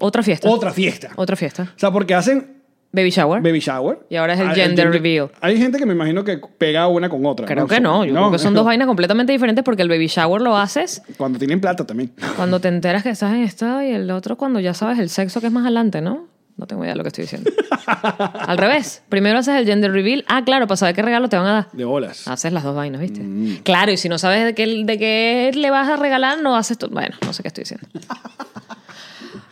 [SPEAKER 2] Otra fiesta.
[SPEAKER 1] otra fiesta.
[SPEAKER 2] Otra fiesta.
[SPEAKER 1] O sea, porque hacen
[SPEAKER 2] Baby shower.
[SPEAKER 1] baby shower.
[SPEAKER 2] Y ahora es el
[SPEAKER 1] Ah,
[SPEAKER 2] gender reveal.
[SPEAKER 1] Hay gente que me imagino que pega una con otra.
[SPEAKER 2] Creo que no. Yo creo que son dos vainas completamente diferentes porque el baby shower lo haces
[SPEAKER 1] Cuando tienen plata también.
[SPEAKER 2] cuando te enteras que estás en estado y el otro cuando ya sabes el sexo que es más adelante, ¿no? No tengo idea de lo que estoy diciendo. Al revés. Primero haces el gender reveal. Ah, claro, para saber qué regalo te van a dar.
[SPEAKER 1] De bolas.
[SPEAKER 2] Haces las dos vainas, ¿viste? Claro, y si no sabes de qué, de qué le vas a regalar, no haces todo. Bueno, no sé qué estoy diciendo.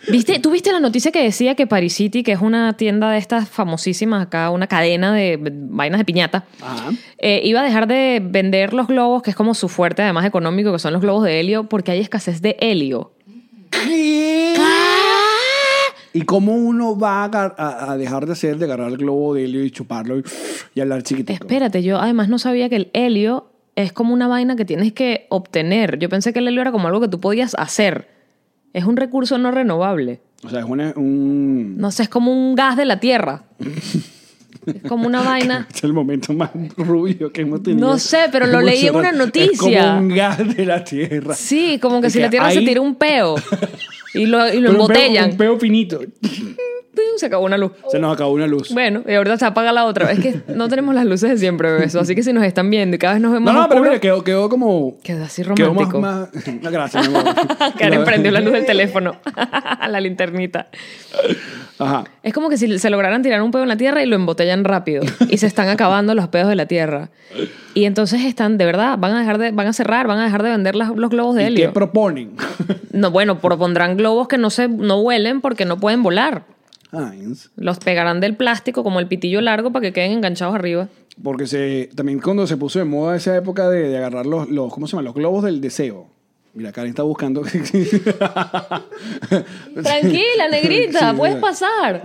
[SPEAKER 2] ¿Viste? ¿Tú viste la noticia que decía que Paris City, que es una tienda de estas famosísimas acá, una cadena de vainas de piñata,
[SPEAKER 1] Ajá.
[SPEAKER 2] eh, iba a dejar de vender los globos, que es como su fuerte, además económico, que son los globos de helio, porque hay escasez de helio.
[SPEAKER 1] ¿Y cómo uno va a, agar- a- a dejar de hacer, de agarrar el globo de helio y chuparlo y, y hablar chiquitico?
[SPEAKER 2] Espérate, yo además no sabía que el helio es como una vaina que tienes que obtener. Yo pensé que el helio era como algo que tú podías hacer. Es un recurso no renovable.
[SPEAKER 1] O sea, es una- un...
[SPEAKER 2] No sé, es como un gas de la tierra. Es como una vaina.
[SPEAKER 1] Es el momento más rubio que hemos tenido.
[SPEAKER 2] No sé, pero lo leí en una
[SPEAKER 1] Montserrat. Es
[SPEAKER 2] noticia.
[SPEAKER 1] como un gas de la tierra.
[SPEAKER 2] Sí, como que
[SPEAKER 1] Es
[SPEAKER 2] si
[SPEAKER 1] que
[SPEAKER 2] la tierra se
[SPEAKER 1] ahí-
[SPEAKER 2] tira un peo y lo,
[SPEAKER 1] Pero
[SPEAKER 2] y lo
[SPEAKER 1] un peo-
[SPEAKER 2] embotellan.
[SPEAKER 1] Un peo finito.
[SPEAKER 2] ¡Pum! Se acabó una luz.
[SPEAKER 1] Se nos acabó una luz.
[SPEAKER 2] Bueno, y ahorita se apaga la otra. Es que no tenemos las luces de siempre, bebés. Así que si nos están viendo y cada vez nos vemos.
[SPEAKER 1] No, no, pero mira, quedó, quedó como.
[SPEAKER 2] Quedó así
[SPEAKER 1] quedó más-
[SPEAKER 2] romántico.
[SPEAKER 1] más- No, gracias, mi amor.
[SPEAKER 2] Karen prendió la luz del teléfono, la linternita.
[SPEAKER 1] Ajá.
[SPEAKER 2] Es como que si se lograran tirar un pedo en la tierra y lo embotellan rápido y se están acabando los pedos de la tierra. Y entonces están, de verdad, van a dejar de, van a cerrar, van a dejar de vender las- los globos de
[SPEAKER 1] ¿Y qué
[SPEAKER 2] helio.
[SPEAKER 1] proponen?
[SPEAKER 2] No, bueno, propondrán globos que no se, no vuelen porque no pueden volar.
[SPEAKER 1] Heinz,
[SPEAKER 2] Los pegarán del plástico como el pitillo largo para que queden enganchados arriba.
[SPEAKER 1] Porque se, también cuando se puso de moda esa época de, de agarrar los, los, ¿cómo se llama? Los globos del deseo. Mira, Karen está buscando.
[SPEAKER 2] Tranquila, negrita,
[SPEAKER 1] Sí,
[SPEAKER 2] puedes
[SPEAKER 1] mira.
[SPEAKER 2] pasar.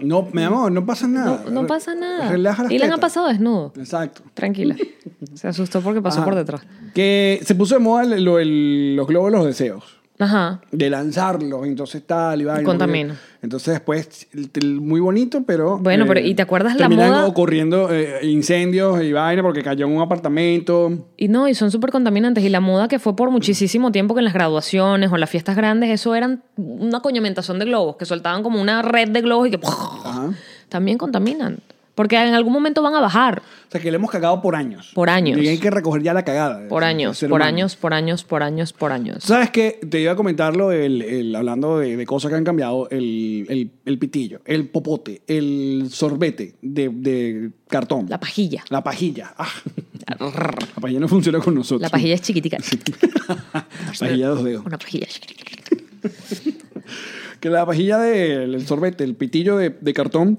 [SPEAKER 1] No, mi amor, no pasa nada.
[SPEAKER 2] No, no pasa nada.
[SPEAKER 1] Relaja las
[SPEAKER 2] y la han
[SPEAKER 1] tetas.
[SPEAKER 2] pasado desnudo.
[SPEAKER 1] Exacto.
[SPEAKER 2] Tranquila. Se asustó porque pasó
[SPEAKER 1] Ajá.
[SPEAKER 2] por detrás.
[SPEAKER 1] Que se puso de moda el- lo- el- los globos de los deseos.
[SPEAKER 2] Ajá.
[SPEAKER 1] de lanzarlos, entonces tal y va.
[SPEAKER 2] Contamina.
[SPEAKER 1] Entonces después, el- el- muy bonito, pero... eh,
[SPEAKER 2] Bueno, pero, ¿y te acuerdas la
[SPEAKER 1] terminan
[SPEAKER 2] moda?
[SPEAKER 1] ocurriendo eh, incendios y vaina porque cayó en un apartamento.
[SPEAKER 2] Y no, y son súper contaminantes. Y la moda que fue por muchísimo tiempo que en las graduaciones o en las fiestas grandes, eso eran una coñamentación de globos, que soltaban como una red de globos y que
[SPEAKER 1] Ajá.
[SPEAKER 2] también contaminan. Porque en algún momento van a bajar.
[SPEAKER 1] O sea, que le hemos cagado por años.
[SPEAKER 2] Por años.
[SPEAKER 1] Y hay que recoger ya la cagada.
[SPEAKER 2] Por
[SPEAKER 1] del
[SPEAKER 2] años,
[SPEAKER 1] ser
[SPEAKER 2] por
[SPEAKER 1] humano.
[SPEAKER 2] años, por años, por años, por años.
[SPEAKER 1] ¿Sabes qué? Te iba a comentarlo, el, el- hablando de, de cosas que han cambiado, el, el- el pitillo, el popote, el sorbete de, de cartón.
[SPEAKER 2] La pajilla.
[SPEAKER 1] La pajilla. Ah. La pajilla no funciona con nosotros.
[SPEAKER 2] La pajilla es chiquitica.
[SPEAKER 1] Pajilla de dos dedos.
[SPEAKER 2] Una pajilla.
[SPEAKER 1] Que la pajilla del el sorbete, el pitillo de, de cartón,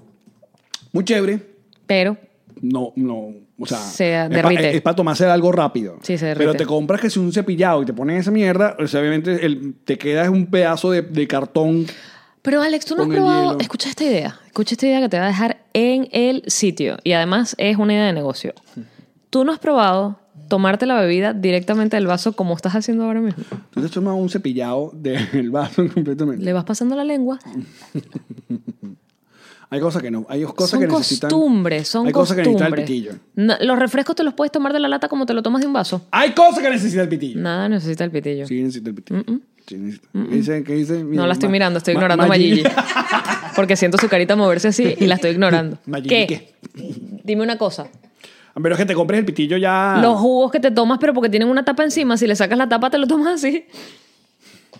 [SPEAKER 1] muy chévere.
[SPEAKER 2] Pero
[SPEAKER 1] No, no, o sea,
[SPEAKER 2] Se
[SPEAKER 1] es pa-
[SPEAKER 2] derrite.
[SPEAKER 1] Es para tomarse algo rápido.
[SPEAKER 2] Sí, se derrite.
[SPEAKER 1] Pero te compras que si un cepillado y te pones esa mierda, o sea, obviamente el- te queda un pedazo de, de cartón.
[SPEAKER 2] Pero Alex, tú no has
[SPEAKER 1] Con el
[SPEAKER 2] probado.
[SPEAKER 1] hielo.
[SPEAKER 2] Escucha esta idea. Escucha esta idea que te va a dejar en el sitio. Y además es una idea de negocio. Tú no has probado tomarte la bebida directamente del vaso como estás haciendo ahora mismo.
[SPEAKER 1] Tú te tomas un cepillado del vaso completamente.
[SPEAKER 2] Le vas pasando la lengua.
[SPEAKER 1] Hay cosas que no, hay cosas
[SPEAKER 2] son
[SPEAKER 1] que necesitan.
[SPEAKER 2] costumbres, son
[SPEAKER 1] Hay cosas que necesita el
[SPEAKER 2] costumbres.
[SPEAKER 1] pitillo.
[SPEAKER 2] No, los refrescos te los puedes tomar de la lata como te lo tomas de un vaso.
[SPEAKER 1] Hay cosas que necesita el pitillo.
[SPEAKER 2] Nada necesita el pitillo.
[SPEAKER 1] Sí, necesita el pitillo. Sí, necesita. ¿Qué dice? ¿Qué dice?
[SPEAKER 2] No la estoy
[SPEAKER 1] Ma-
[SPEAKER 2] mirando, estoy
[SPEAKER 1] Ma-
[SPEAKER 2] ignorando a
[SPEAKER 1] Mayili.
[SPEAKER 2] Mayili. Porque siento su carita moverse así y la estoy ignorando.
[SPEAKER 1] Mayili,
[SPEAKER 2] ¿Qué?
[SPEAKER 1] ¿qué?
[SPEAKER 2] Dime una cosa.
[SPEAKER 1] A menos que te compres el pitillo ya.
[SPEAKER 2] Los jugos que te tomas, pero porque tienen una tapa encima, si le sacas la tapa, te lo tomas así.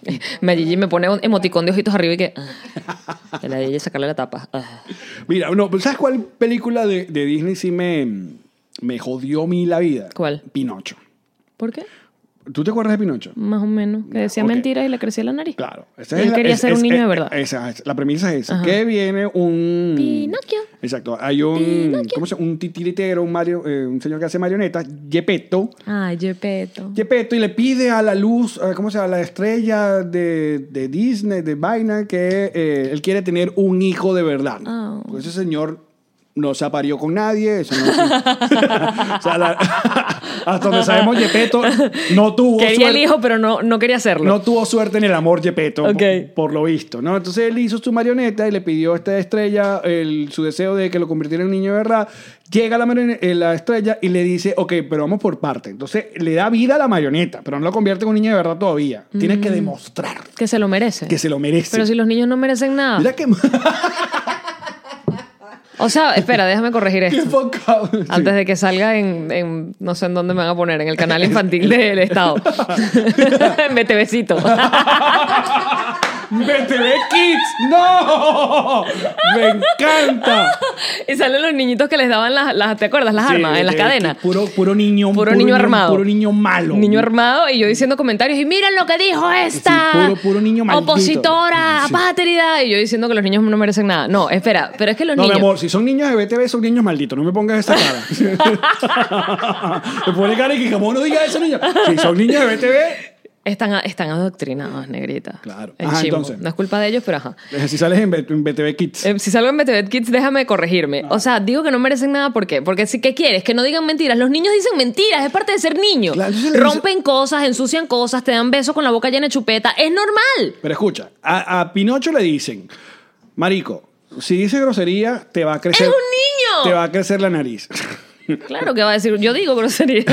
[SPEAKER 2] Mayigi me pone un emoticón de ojitos arriba y que. ah, que la de ella sacarle la tapa. ah.
[SPEAKER 1] Mira, no, pero ¿sabes cuál película de, de Disney sí me, me jodió a mí la vida?
[SPEAKER 2] ¿Cuál?
[SPEAKER 1] Pinocho.
[SPEAKER 2] ¿Por qué?
[SPEAKER 1] ¿Tú te acuerdas de Pinocho?
[SPEAKER 2] Más o menos. Que decía
[SPEAKER 1] ok.
[SPEAKER 2] mentiras y le crecía la nariz.
[SPEAKER 1] Claro.
[SPEAKER 2] Y él
[SPEAKER 1] la-
[SPEAKER 2] quería ser un niño de verdad.
[SPEAKER 1] Esa es, la premisa es
[SPEAKER 2] Ajá.
[SPEAKER 1] que viene un...
[SPEAKER 2] Pinocchio.
[SPEAKER 1] Exacto. Hay un...
[SPEAKER 2] Pinocchio.
[SPEAKER 1] ¿Cómo se llama? Un titiritero, un, Mario, eh, un señor que hace marionetas, Gepetto.
[SPEAKER 2] Ay, Gepetto.
[SPEAKER 1] Gepetto y le pide a la luz, a- ¿cómo se llama? A la estrella de, de Disney, de Vaina, que eh, él quiere tener un hijo de verdad.
[SPEAKER 2] Oh.
[SPEAKER 1] Porque ese señor no se aparió con nadie. eso no- o sea, la- hasta donde sabemos, Gepetto no tuvo
[SPEAKER 2] Quería el
[SPEAKER 1] suerte.
[SPEAKER 2] hijo, pero no, no quería hacerlo.
[SPEAKER 1] No tuvo suerte en el amor Gepetto,
[SPEAKER 2] Ok.
[SPEAKER 1] por, por lo visto, ¿no? Entonces él hizo su marioneta y le pidió a esta estrella el- su deseo de que lo convirtiera en un niño de verdad. Llega la, marione- eh, la estrella y le dice, ok, pero vamos por parte. Entonces le da vida a la marioneta, pero no lo convierte en un niño de verdad todavía. Tiene que demostrar
[SPEAKER 2] Que se lo merece.
[SPEAKER 1] que se lo merece.
[SPEAKER 2] Mm. Pero si los niños no merecen nada.
[SPEAKER 1] Mira qué,
[SPEAKER 2] O sea, espera, déjame corregir
[SPEAKER 1] qué
[SPEAKER 2] esto.
[SPEAKER 1] enfocado. Sí.
[SPEAKER 2] Antes de que salga en, en- no sé en dónde me van a poner, en el canal infantil del Estado. en BTVcito.
[SPEAKER 1] ¡BTV Kids! ¡No! ¡Me encanta!
[SPEAKER 2] y salen los niñitos que les daban las, las- ¿te acuerdas? Las
[SPEAKER 1] Sí,
[SPEAKER 2] armas Ah, en las
[SPEAKER 1] BTV
[SPEAKER 2] cadenas.
[SPEAKER 1] Kids, Puro, puro niño.
[SPEAKER 2] Puro, niño armado.
[SPEAKER 1] Puro niño malo.
[SPEAKER 2] Niño armado y yo diciendo comentarios y miren lo que dijo esta.
[SPEAKER 1] Sí, puro- puro niño maldito.
[SPEAKER 2] Opositora,
[SPEAKER 1] Sí.
[SPEAKER 2] apátrida. Y yo diciendo que los niños no merecen nada. No, espera, pero es que los
[SPEAKER 1] No,
[SPEAKER 2] niños.
[SPEAKER 1] mi amor, si son niños de BTV, son niños malditos. No me pongas esa cara. me pone cara y que como no diga eso, niño. Si son niños de BTV,
[SPEAKER 2] Están, están adoctrinados, negrita.
[SPEAKER 1] Claro.
[SPEAKER 2] El
[SPEAKER 1] Ajá,
[SPEAKER 2] chimbo.
[SPEAKER 1] entonces.
[SPEAKER 2] No es culpa de ellos, pero ajá.
[SPEAKER 1] eh, si sales en, B- en BTV Kids.
[SPEAKER 2] Eh, si salgo en BTV Kids, déjame
[SPEAKER 1] Ah.
[SPEAKER 2] corregirme. O sea, digo que no merecen nada, ¿por qué? Porque si que quieres, que no digan mentiras. Los niños dicen mentiras, es parte de ser niño.
[SPEAKER 1] Claro, entonces le
[SPEAKER 2] Rompen cosas, ensucian cosas, te dan besos con la boca llena de chupeta. Es normal.
[SPEAKER 1] Pero escucha, a, a Pinocho le dicen, marico, si dice grosería, te va a crecer...
[SPEAKER 2] ¡Es un niño!
[SPEAKER 1] Te va a crecer la nariz.
[SPEAKER 2] Claro que va a decir, yo digo grosería.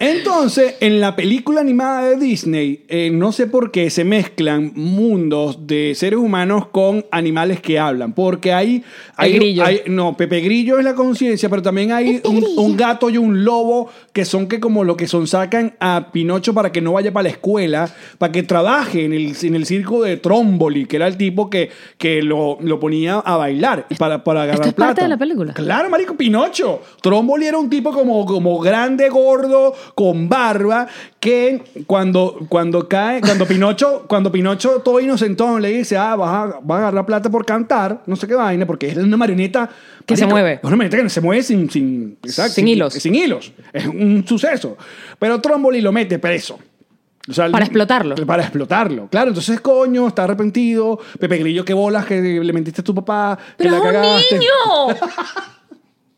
[SPEAKER 1] Entonces, en la película animada de Disney, eh, no sé por qué se mezclan mundos de seres humanos con animales que hablan. Porque hay. hay
[SPEAKER 2] grillo.
[SPEAKER 1] hay- no, Pepe Grillo es la conciencia, pero también hay un, un gato y un lobo que son que como lo que son sacan a Pinocho para que no vaya para la escuela, para que trabaje en el, en el circo de Tromboli, que era el tipo que, que lo, lo ponía a bailar para, para agarrar
[SPEAKER 2] esto es parte
[SPEAKER 1] plata.
[SPEAKER 2] de la película.
[SPEAKER 1] Claro, marico, Pinocho. Tromboli era un tipo como, como grande, gordo, con barba, que cuando, cuando cae, cuando Pinocho, cuando Pinocho todo inocentón le dice, ah, vas a, vas a agarrar plata por cantar, no sé qué vaina, porque es una marioneta...
[SPEAKER 2] Que se mueve.
[SPEAKER 1] Es una marioneta que se mueve sin... Sin, exacto,
[SPEAKER 2] Sin hilos.
[SPEAKER 1] Sin hilos. Es un suceso. Pero Tromboli lo mete preso. O sea,
[SPEAKER 2] Para
[SPEAKER 1] el-
[SPEAKER 2] explotarlo.
[SPEAKER 1] Para explotarlo. Claro, entonces, coño, está arrepentido. Pepe Grillo, qué bolas que le mentiste a tu papá.
[SPEAKER 2] ¡Pero
[SPEAKER 1] que
[SPEAKER 2] es
[SPEAKER 1] la
[SPEAKER 2] un
[SPEAKER 1] cagaste.
[SPEAKER 2] niño!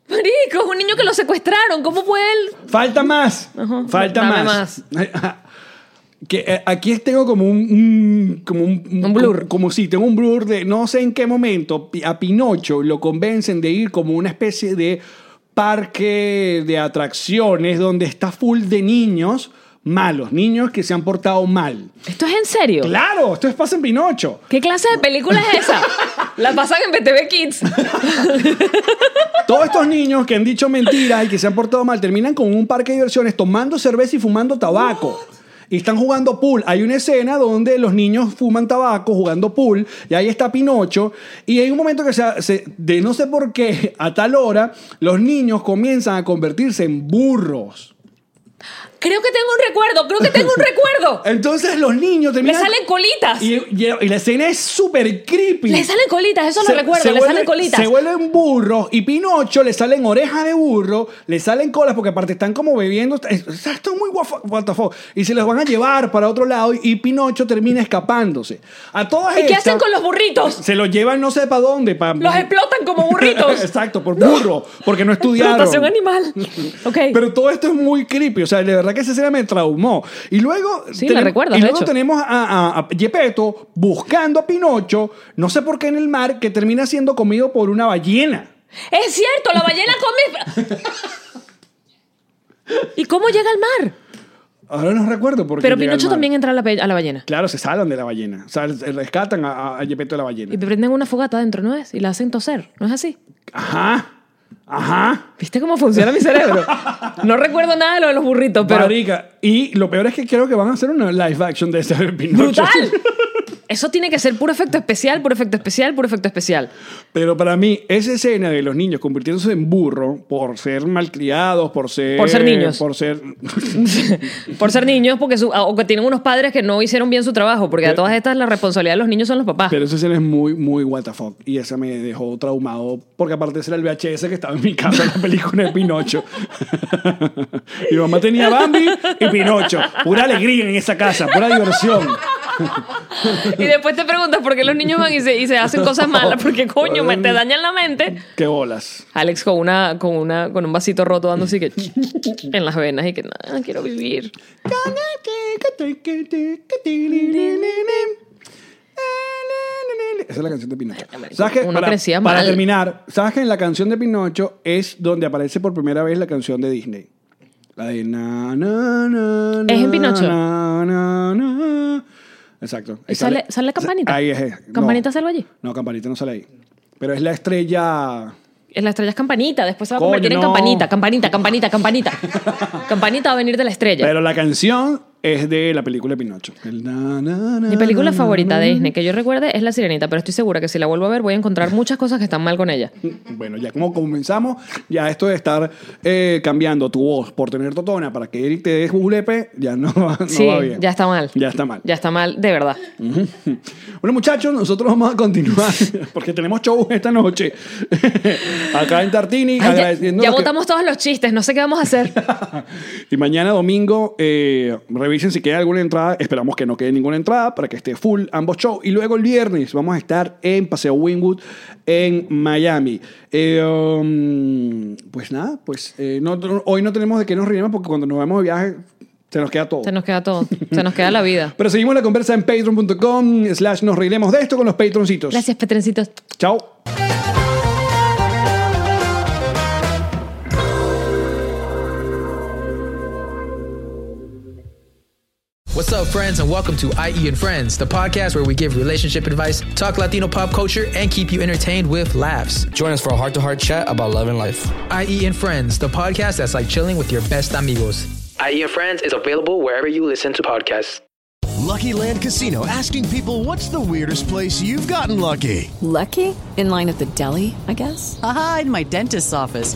[SPEAKER 2] Marico, es un niño que lo secuestraron. ¿Cómo puede él?
[SPEAKER 1] Falta más.
[SPEAKER 2] Ajá.
[SPEAKER 1] Falta
[SPEAKER 2] Dame
[SPEAKER 1] más. Que, eh, aquí tengo como un, un- como un,
[SPEAKER 2] Un blur.
[SPEAKER 1] Como, como sí, tengo un blur de no sé en qué momento pi- a Pinocho lo convencen de ir como una especie de parque de atracciones donde está full de niños malos, niños que se han portado mal.
[SPEAKER 2] ¿Esto es en serio?
[SPEAKER 1] Claro, esto es pasa en Pinocho.
[SPEAKER 2] ¿Qué clase de película es esa? la pasan en BTV Kids.
[SPEAKER 1] Todos estos niños que han dicho mentiras y que se han portado mal terminan con un parque de diversiones tomando cerveza y fumando tabaco. Y están jugando pool. Hay una escena donde los niños fuman tabaco jugando pool. Y ahí está Pinocho. Y hay un momento que se, se- de no sé por qué, a tal hora, los niños comienzan a convertirse en burros.
[SPEAKER 2] Creo que tengo un recuerdo, creo que tengo un recuerdo.
[SPEAKER 1] Entonces los niños
[SPEAKER 2] Le
[SPEAKER 1] terminan...
[SPEAKER 2] salen colitas.
[SPEAKER 1] Eh, y, y- y la escena es súper creepy.
[SPEAKER 2] Le salen colitas, eso
[SPEAKER 1] Se-
[SPEAKER 2] lo recuerdo,
[SPEAKER 1] se
[SPEAKER 2] le
[SPEAKER 1] vuelve-
[SPEAKER 2] salen colitas.
[SPEAKER 1] Se vuelven burros y Pinocho le salen orejas de burro, le salen colas porque aparte están como bebiendo. está- es- está- Esto es muy guafa- what the fuck. Y se los van a llevar para otro lado y Pinocho termina escapándose. A todas
[SPEAKER 2] ¿Y qué
[SPEAKER 1] estas,
[SPEAKER 2] hacen con los burritos?
[SPEAKER 1] Se los llevan no sé para dónde. pa-
[SPEAKER 2] Los explotan como burritos.
[SPEAKER 1] Exacto, por burro, porque no estudiaron.
[SPEAKER 2] Explotación animal. Ok.
[SPEAKER 1] Pero todo esto es muy creepy. O sea, de verdad que esa escena me traumó. Y luego.
[SPEAKER 2] Sí,
[SPEAKER 1] tenem-
[SPEAKER 2] la recuerdas,
[SPEAKER 1] Y
[SPEAKER 2] de
[SPEAKER 1] luego
[SPEAKER 2] hecho.
[SPEAKER 1] tenemos a, a, a Gepetto buscando a Pinocho, no sé por qué en el mar, que termina siendo comido por una ballena.
[SPEAKER 2] es cierto, la ballena come. ¿Y cómo llega al mar?
[SPEAKER 1] Ahora no recuerdo por qué
[SPEAKER 2] Pero
[SPEAKER 1] llega al
[SPEAKER 2] Pinocho
[SPEAKER 1] mar.
[SPEAKER 2] también entra a la, ba- a la ballena.
[SPEAKER 1] Claro, se salvan de la ballena. O sea, se rescatan a, a- a Gepetto de la ballena.
[SPEAKER 2] Y prenden una fogata adentro, ¿no es? Y la hacen toser, ¿no es así?
[SPEAKER 1] Ajá. Ajá.
[SPEAKER 2] ¿Viste cómo funciona mi cerebro? No recuerdo nada de lo de los burritos, pero.
[SPEAKER 1] Marica. Y lo peor es que creo que van a hacer una live action de ese Pinocho.
[SPEAKER 2] ¡Brutal! Eso tiene que ser puro efecto especial, puro efecto especial, puro efecto especial.
[SPEAKER 1] Pero para mí, esa escena de los niños convirtiéndose en burro por ser malcriados, por ser.
[SPEAKER 2] Por ser niños.
[SPEAKER 1] Por ser.
[SPEAKER 2] Por ser niños, porque su- ah, o que tienen unos padres que no hicieron bien su trabajo, porque a
[SPEAKER 1] Pero-
[SPEAKER 2] todas estas la responsabilidad de los niños son los papás.
[SPEAKER 1] Pero esa escena es muy, muy what the fuck. Y esa me dejó traumado, porque aparte ese era el VHS que estaba en mi casa, la película de Pinocho. mi mamá tenía Bambi y Pinocho. Pura alegría en esa casa, pura diversión.
[SPEAKER 2] Y después te preguntas por qué los niños van y se, y se hacen cosas malas, porque coño, me, te dañan la mente.
[SPEAKER 1] Qué bolas.
[SPEAKER 2] Alex con una, con una, con un vasito roto dando así que en las venas y que nada, quiero vivir.
[SPEAKER 1] Esa es la canción de Pinocho. ¿Sabes qué?
[SPEAKER 2] Uno
[SPEAKER 1] para,
[SPEAKER 2] crecía
[SPEAKER 1] para
[SPEAKER 2] mal.
[SPEAKER 1] terminar, ¿sabes que en la canción de Pinocho es donde aparece por primera vez la canción de Disney? La de na, na, na, na,
[SPEAKER 2] ¿Es en Pinocho?
[SPEAKER 1] na, na, na. Exacto. Ahí
[SPEAKER 2] ¿Y sale, sale la campanita?
[SPEAKER 1] Ahí es. es. No.
[SPEAKER 2] ¿Campanita sale allí?
[SPEAKER 1] No, campanita no sale ahí. Pero es la estrella.
[SPEAKER 2] En la estrella es campanita, después se va a
[SPEAKER 1] Coño,
[SPEAKER 2] convertir en
[SPEAKER 1] no.
[SPEAKER 2] campanita, campanita, campanita, campanita. campanita va a venir de la estrella.
[SPEAKER 1] Pero la canción es de la película de Pinocho. El na, na, na,
[SPEAKER 2] Mi película
[SPEAKER 1] na,
[SPEAKER 2] favorita
[SPEAKER 1] na,
[SPEAKER 2] de Disney que yo recuerde es La Sirenita, pero estoy segura que si la vuelvo a ver voy a encontrar muchas cosas que están mal con ella.
[SPEAKER 1] Bueno, ya como comenzamos, ya esto de estar eh, cambiando tu voz por tener totona para que Eric te dé julepe, ya no, va- no
[SPEAKER 2] sí,
[SPEAKER 1] va bien.
[SPEAKER 2] ya está mal.
[SPEAKER 1] Ya está mal.
[SPEAKER 2] Ya está mal, de verdad.
[SPEAKER 1] Bueno, muchachos, nosotros vamos a continuar porque tenemos show esta noche acá en Tartini.
[SPEAKER 2] Ay, ya
[SPEAKER 1] agradeciendo
[SPEAKER 2] ya
[SPEAKER 1] lo que-
[SPEAKER 2] botamos todos los chistes, no sé qué vamos a hacer.
[SPEAKER 1] Y mañana domingo, eh, revisen si queda alguna entrada. Esperamos que no quede ninguna entrada para que esté full ambos shows. Y luego el viernes vamos a estar en Paseo Wingwood en Miami. Eh, um, pues nada, pues eh, no- no- hoy no tenemos de qué nos reiremos porque cuando nos vamos de viaje se nos queda todo.
[SPEAKER 2] Se nos queda todo, se nos queda la vida.
[SPEAKER 1] Pero seguimos la conversa en patreon.com slash nos reiremos de esto con los patroncitos.
[SPEAKER 2] Gracias, Petrencitos.
[SPEAKER 1] Chao.
[SPEAKER 5] What's up, friends, and welcome to IE and Friends, the podcast where we give relationship advice, talk Latino pop culture, and keep you entertained with laughs.
[SPEAKER 6] Join us for a heart to heart chat about love and life.
[SPEAKER 5] IE and Friends, the podcast that's like chilling with your best amigos. IE E and Friends is available wherever you listen to podcasts.
[SPEAKER 7] Lucky Land Casino asking people what's the weirdest place you've gotten lucky?
[SPEAKER 8] Lucky? In line at the deli, I guess?
[SPEAKER 9] Aha, in my dentist's office.